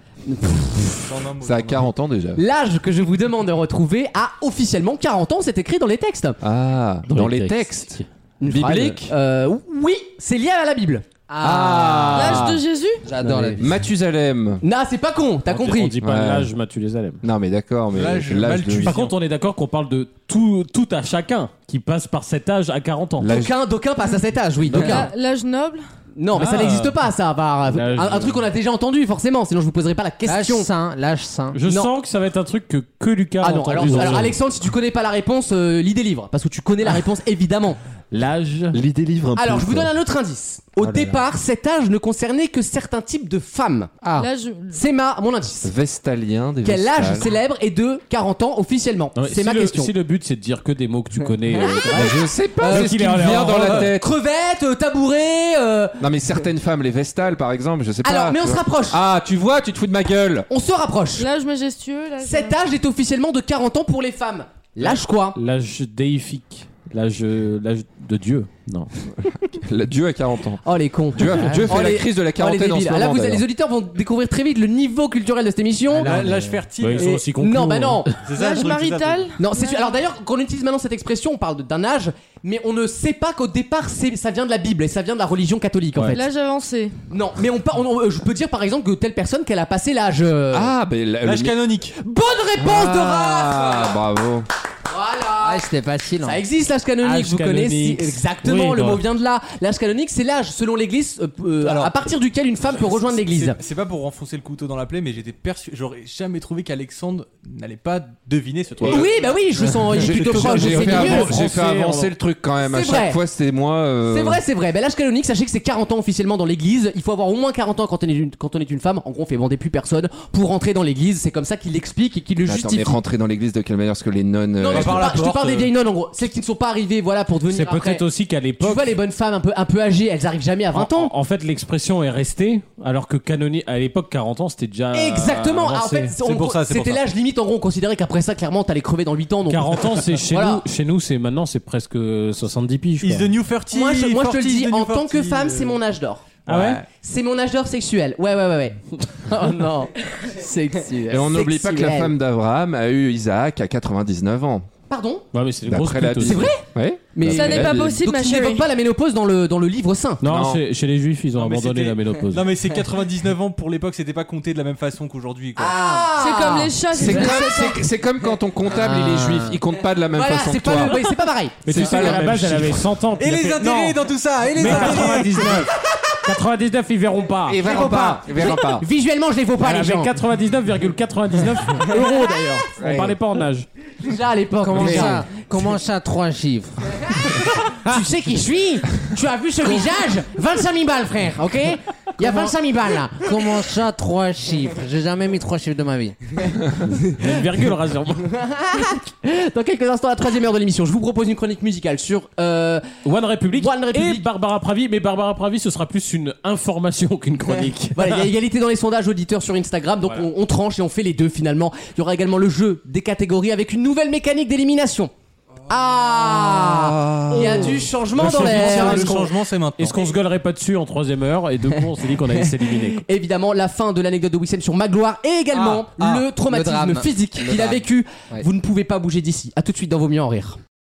Speaker 7: Ça a 40 ans déjà.
Speaker 2: L'âge que je vous demande de retrouver a officiellement 40 ans, c'est écrit dans les textes.
Speaker 7: Ah, dans, les textes.
Speaker 2: Une phrase,
Speaker 7: Biblique
Speaker 2: euh, Oui, c'est lié à la Bible. Ah.
Speaker 4: Ah. L'âge de Jésus
Speaker 2: J'adore la Bible.
Speaker 7: Mathusalem.
Speaker 2: Non, c'est pas con, t'as
Speaker 3: On dit- On
Speaker 2: compris.
Speaker 3: dit pas
Speaker 7: Ouais.
Speaker 3: l'âge, Mathieu les Alem.
Speaker 7: Non mais d'accord, mais
Speaker 6: L'âge-
Speaker 7: l'âge de...
Speaker 6: Malthus.
Speaker 3: Par contre, on est d'accord qu'on parle de tout, tout à chacun qui passe par cet âge à 40 ans.
Speaker 7: l'âge-
Speaker 2: D'aucuns, d'aucuns passent à cet âge, oui, d'aucuns.
Speaker 4: La- L'âge noble
Speaker 2: Non, mais ça
Speaker 3: Ah.
Speaker 2: n'existe pas, ça. par-
Speaker 3: L'âge-
Speaker 2: un, un truc qu'on a déjà entendu, forcément, sinon je vous poserai pas la
Speaker 5: L'âge
Speaker 2: question.
Speaker 5: sain, l'âge sain.
Speaker 3: Je
Speaker 2: Non.
Speaker 3: sens que ça va être un truc que, que Lucas
Speaker 2: Ah
Speaker 3: a
Speaker 2: non,
Speaker 3: entendu.
Speaker 2: alors,
Speaker 3: dans
Speaker 2: alors,
Speaker 3: le-
Speaker 2: Alexandre, si tu connais pas la réponse, euh, lis des livres, parce que tu connais la réponse évidemment.
Speaker 6: Ah,
Speaker 3: L'âge.
Speaker 7: L'idée livre Ah. un peu. Ah
Speaker 2: Alors, je vous donne un autre indice. Au départ, cet âge ne concernait que certains types de femmes.
Speaker 5: Ah.
Speaker 4: L'âge.
Speaker 2: C'est ma, mon indice.
Speaker 7: Vestalien des
Speaker 2: Quel âge
Speaker 7: Vestales.
Speaker 2: célèbre est de 40 ans officiellement
Speaker 3: Non, mais
Speaker 2: C'est
Speaker 3: si
Speaker 2: ma
Speaker 3: le-
Speaker 2: question.
Speaker 3: Si le but c'est de dire que des mots que tu connais. euh,
Speaker 7: Bah, Je sais pas,
Speaker 3: Euh,
Speaker 7: c'est ce
Speaker 3: qu'il
Speaker 7: qui
Speaker 3: est en-
Speaker 7: me vient
Speaker 3: en-
Speaker 7: dans la tête.
Speaker 2: Crevettes, euh, tabourets. euh,
Speaker 7: Non mais certaines femmes, les Vestales par exemple, je sais pas.
Speaker 2: Alors, mais on
Speaker 7: tu
Speaker 2: se
Speaker 7: vois.
Speaker 2: rapproche.
Speaker 7: Ah, tu vois, tu te fous de ma gueule.
Speaker 2: On se rapproche.
Speaker 4: L'âge majestueux. l'âge-
Speaker 2: Cet âge est officiellement de 40 ans pour les femmes. L'âge quoi
Speaker 3: L'âge déifique. L'âge l'âge de Dieu. Non.
Speaker 7: Dieu à 40 ans.
Speaker 2: Oh les cons.
Speaker 7: Dieu, a- Dieu fait
Speaker 2: Oh,
Speaker 7: la
Speaker 2: les-
Speaker 7: crise de la
Speaker 2: oh, les
Speaker 7: quarantaine en ce
Speaker 2: débiles. Ah,
Speaker 7: moment.
Speaker 2: Là, vous allez-
Speaker 7: d'ailleurs. Ah,
Speaker 2: les auditeurs vont découvrir très vite le niveau culturel de cette émission.
Speaker 6: Là, là, je fertile.
Speaker 3: Bah, ils sont
Speaker 2: Et-
Speaker 3: aussi conclus,
Speaker 2: Non, bah
Speaker 3: hein.
Speaker 2: non.
Speaker 4: euh,
Speaker 6: C'est ça, L'âge je trouve que c'est ça, marital
Speaker 2: Non, c'est alors d'ailleurs qu'on utilise maintenant cette expression, on parle de- d'un âge, mais on ne sait pas qu'au départ c'est ça vient de la Bible et ça vient de la religion catholique en fait.
Speaker 4: L'âge avancé.
Speaker 2: Non, mais on, par- on- on- je peux dire par exemple que telle personne qu'elle a passé l'âge. euh,
Speaker 7: Ah, ben la-
Speaker 6: L'âge
Speaker 7: le-
Speaker 6: canonique.
Speaker 2: Bonne réponse de Raph.
Speaker 7: Ah, bravo.
Speaker 2: Voilà.
Speaker 5: Ouais, Ah, c'était facile. hein.
Speaker 2: Ça existe l'âge canonique,
Speaker 3: Âge
Speaker 2: vous connaissez
Speaker 3: canonique.
Speaker 2: exactement,
Speaker 3: Oui,
Speaker 2: le
Speaker 3: bah.
Speaker 2: mot vient de là. L'âge canonique, c'est l'âge selon l'église euh, euh,
Speaker 6: Alors-
Speaker 2: à partir duquel une femme peut rejoindre
Speaker 6: C'est-
Speaker 2: l'église.
Speaker 6: C'est c'est pas pour enfoncer le couteau dans la plaie, mais j'étais persuadé. J'aurais jamais trouvé qu'Alexandre n'allait pas deviner ce truc.
Speaker 2: Oui, bah oui, je le sens, il est
Speaker 7: J'ai
Speaker 2: plutôt proche,
Speaker 7: j'ai
Speaker 2: c'est
Speaker 7: fait,
Speaker 2: mieux.
Speaker 7: avan- j'ai
Speaker 3: Français,
Speaker 7: fait avancer
Speaker 3: on-
Speaker 7: le truc quand même. À
Speaker 2: C'est
Speaker 7: chaque
Speaker 2: vrai.
Speaker 7: fois, c'était moi. euh,
Speaker 2: C'est vrai, c'est vrai. Ben, l'âge canonique, sachez que c'est 40 ans officiellement dans l'église. Il faut avoir au moins 40 ans quand on est une, quand on est une femme. En gros, on fait bander plus personne pour rentrer dans l'église. C'est comme ça qu'il l'explique et qu'il le
Speaker 7: Attends,
Speaker 2: justifie.
Speaker 7: mais rentrer dans l'église de quelle manière Parce que les nonnes. euh,
Speaker 2: non, mais je te,
Speaker 6: par la
Speaker 2: parle, je te
Speaker 6: porte,
Speaker 2: parle des
Speaker 6: euh.
Speaker 2: vieilles nonnes en gros. Celles qui ne sont pas arrivées, voilà, pour devenir.
Speaker 3: C'est
Speaker 2: après.
Speaker 3: peut-être aussi qu'à
Speaker 2: Tu
Speaker 3: l'époque.
Speaker 2: vois, les bonnes femmes un peu, un peu âgées, elles arrivent jamais à 20
Speaker 3: en-
Speaker 2: ans.
Speaker 3: En, fait, l'expression est restée, alors que canonique à l'époque, 40 ans, c'était déjà. euh,
Speaker 2: Exactement. Ah, en
Speaker 3: avancé.
Speaker 2: fait, on-
Speaker 6: pour ça, c'est pour
Speaker 2: c'était
Speaker 6: ça.
Speaker 2: l'âge limite. En gros, on considérait qu'après ça, clairement, t'allais crever dans 8 ans. Donc...
Speaker 3: 40 ans, c'est chez
Speaker 2: Voilà.
Speaker 3: nous. Chez nous, c'est maintenant, c'est presque 70 piges. quoi.
Speaker 6: Is the new 30.
Speaker 2: Moi, je, moi, je te le
Speaker 6: 40 is
Speaker 2: dis,
Speaker 6: the
Speaker 2: en
Speaker 6: new
Speaker 2: tant que
Speaker 6: 40,
Speaker 2: femme,
Speaker 6: euh.
Speaker 2: c'est mon âge d'or.
Speaker 3: Ah ouais
Speaker 2: C'est mon âge d'or sexuel. Ouais, ouais, ouais, ouais. oh non. Sexuel.
Speaker 7: Et on n'oublie pas que la
Speaker 2: Sexuel.
Speaker 7: femme d'Abraham a eu Isaac à 99 ans.
Speaker 2: Pardon
Speaker 3: Ouais, mais c'est une grosse
Speaker 7: D'après la
Speaker 3: pute
Speaker 7: Bible.
Speaker 3: aussi.
Speaker 2: C'est vrai
Speaker 7: Ouais.
Speaker 2: Mais-
Speaker 4: Ça
Speaker 7: D'après
Speaker 4: n'est
Speaker 7: la
Speaker 4: pas
Speaker 7: Bible.
Speaker 4: possible,
Speaker 2: Donc
Speaker 4: ma
Speaker 2: tu n'évoques
Speaker 4: chérie.
Speaker 2: pas la ménopause dans le, dans le livre saint.
Speaker 3: Non,
Speaker 7: Non.
Speaker 3: Chez, chez les juifs, ils ont
Speaker 6: Non, mais
Speaker 3: abandonné
Speaker 6: c'était-
Speaker 3: la ménopause.
Speaker 6: Non mais c'est 99 ans pour l'époque, c'était pas compté de la même façon qu'aujourd'hui. quoi.
Speaker 2: Ah
Speaker 4: C'est comme les chats,
Speaker 7: C'est
Speaker 4: c'est
Speaker 7: comme,
Speaker 4: comme
Speaker 7: c'est- c'est comme quand ton comptable il est juif, il compte pas de la même
Speaker 2: Voilà,
Speaker 7: façon
Speaker 2: c'est
Speaker 7: que toi.
Speaker 2: pas, le- ouais, c'est pas pareil.
Speaker 3: mais tu
Speaker 7: c'est
Speaker 3: sais,
Speaker 7: pas
Speaker 3: à
Speaker 7: le
Speaker 3: la
Speaker 7: même
Speaker 3: base, elle avait
Speaker 7: chiffre.
Speaker 3: 100 ans. puis
Speaker 6: Et
Speaker 3: elle a
Speaker 6: les
Speaker 3: fait-
Speaker 6: intérêts
Speaker 3: Non,
Speaker 6: dans tout ça, et les
Speaker 3: Mais
Speaker 6: intérêts.
Speaker 3: 99 99, ils verront pas.
Speaker 7: Ils verront pas. Ils verront pas.
Speaker 2: Visuellement, je les vaux pas,
Speaker 3: Elle
Speaker 2: les
Speaker 3: avait
Speaker 2: gens.
Speaker 3: 99,99 euros d'ailleurs. On parlait pas en âge.
Speaker 2: Déjà à l'époque.
Speaker 5: Comment
Speaker 2: les gens.
Speaker 5: ça Comment ça, trois chiffres
Speaker 2: Tu sais qui je suis Tu as vu ce visage 25 000 balles, frère, ok Il y a 25 000 balles là.
Speaker 5: Comment ça, trois chiffres J'ai jamais mis trois chiffres de ma vie.
Speaker 3: Une virgule rasure.
Speaker 2: Dans quelques instants, la troisième heure de l'émission, je vous propose une chronique musicale sur. euh,
Speaker 3: One Republic,
Speaker 2: One Republic.
Speaker 3: et Barbara Pravi. Mais Barbara Pravi, ce sera plus une information qu'une chronique.
Speaker 2: Voilà, il y a égalité dans les sondages auditeurs sur Instagram, donc on, on tranche et on fait les deux finalement. Il y aura également le jeu des catégories avec une nouvelle mécanique d'élimination. Ah Il y a du changement
Speaker 3: Le
Speaker 2: dans l'air.
Speaker 3: changement,
Speaker 6: Le
Speaker 3: Est-ce qu'on-
Speaker 6: changement c'est maintenant.
Speaker 3: Est-ce qu'on se gueulerait pas dessus en troisième heure et de coup on s'est dit qu'on allait s'éliminer quoi.
Speaker 2: Évidemment, la fin de l'anecdote de Wissem sur Magloire et également
Speaker 5: Ah, ah,
Speaker 2: le traumatisme
Speaker 5: le drame.
Speaker 2: physique
Speaker 5: Le
Speaker 2: qu'il a
Speaker 5: drame.
Speaker 2: vécu.
Speaker 5: Ouais.
Speaker 2: Vous ne pouvez pas bouger d'ici. À tout de suite dans Vos Mieux en Rire.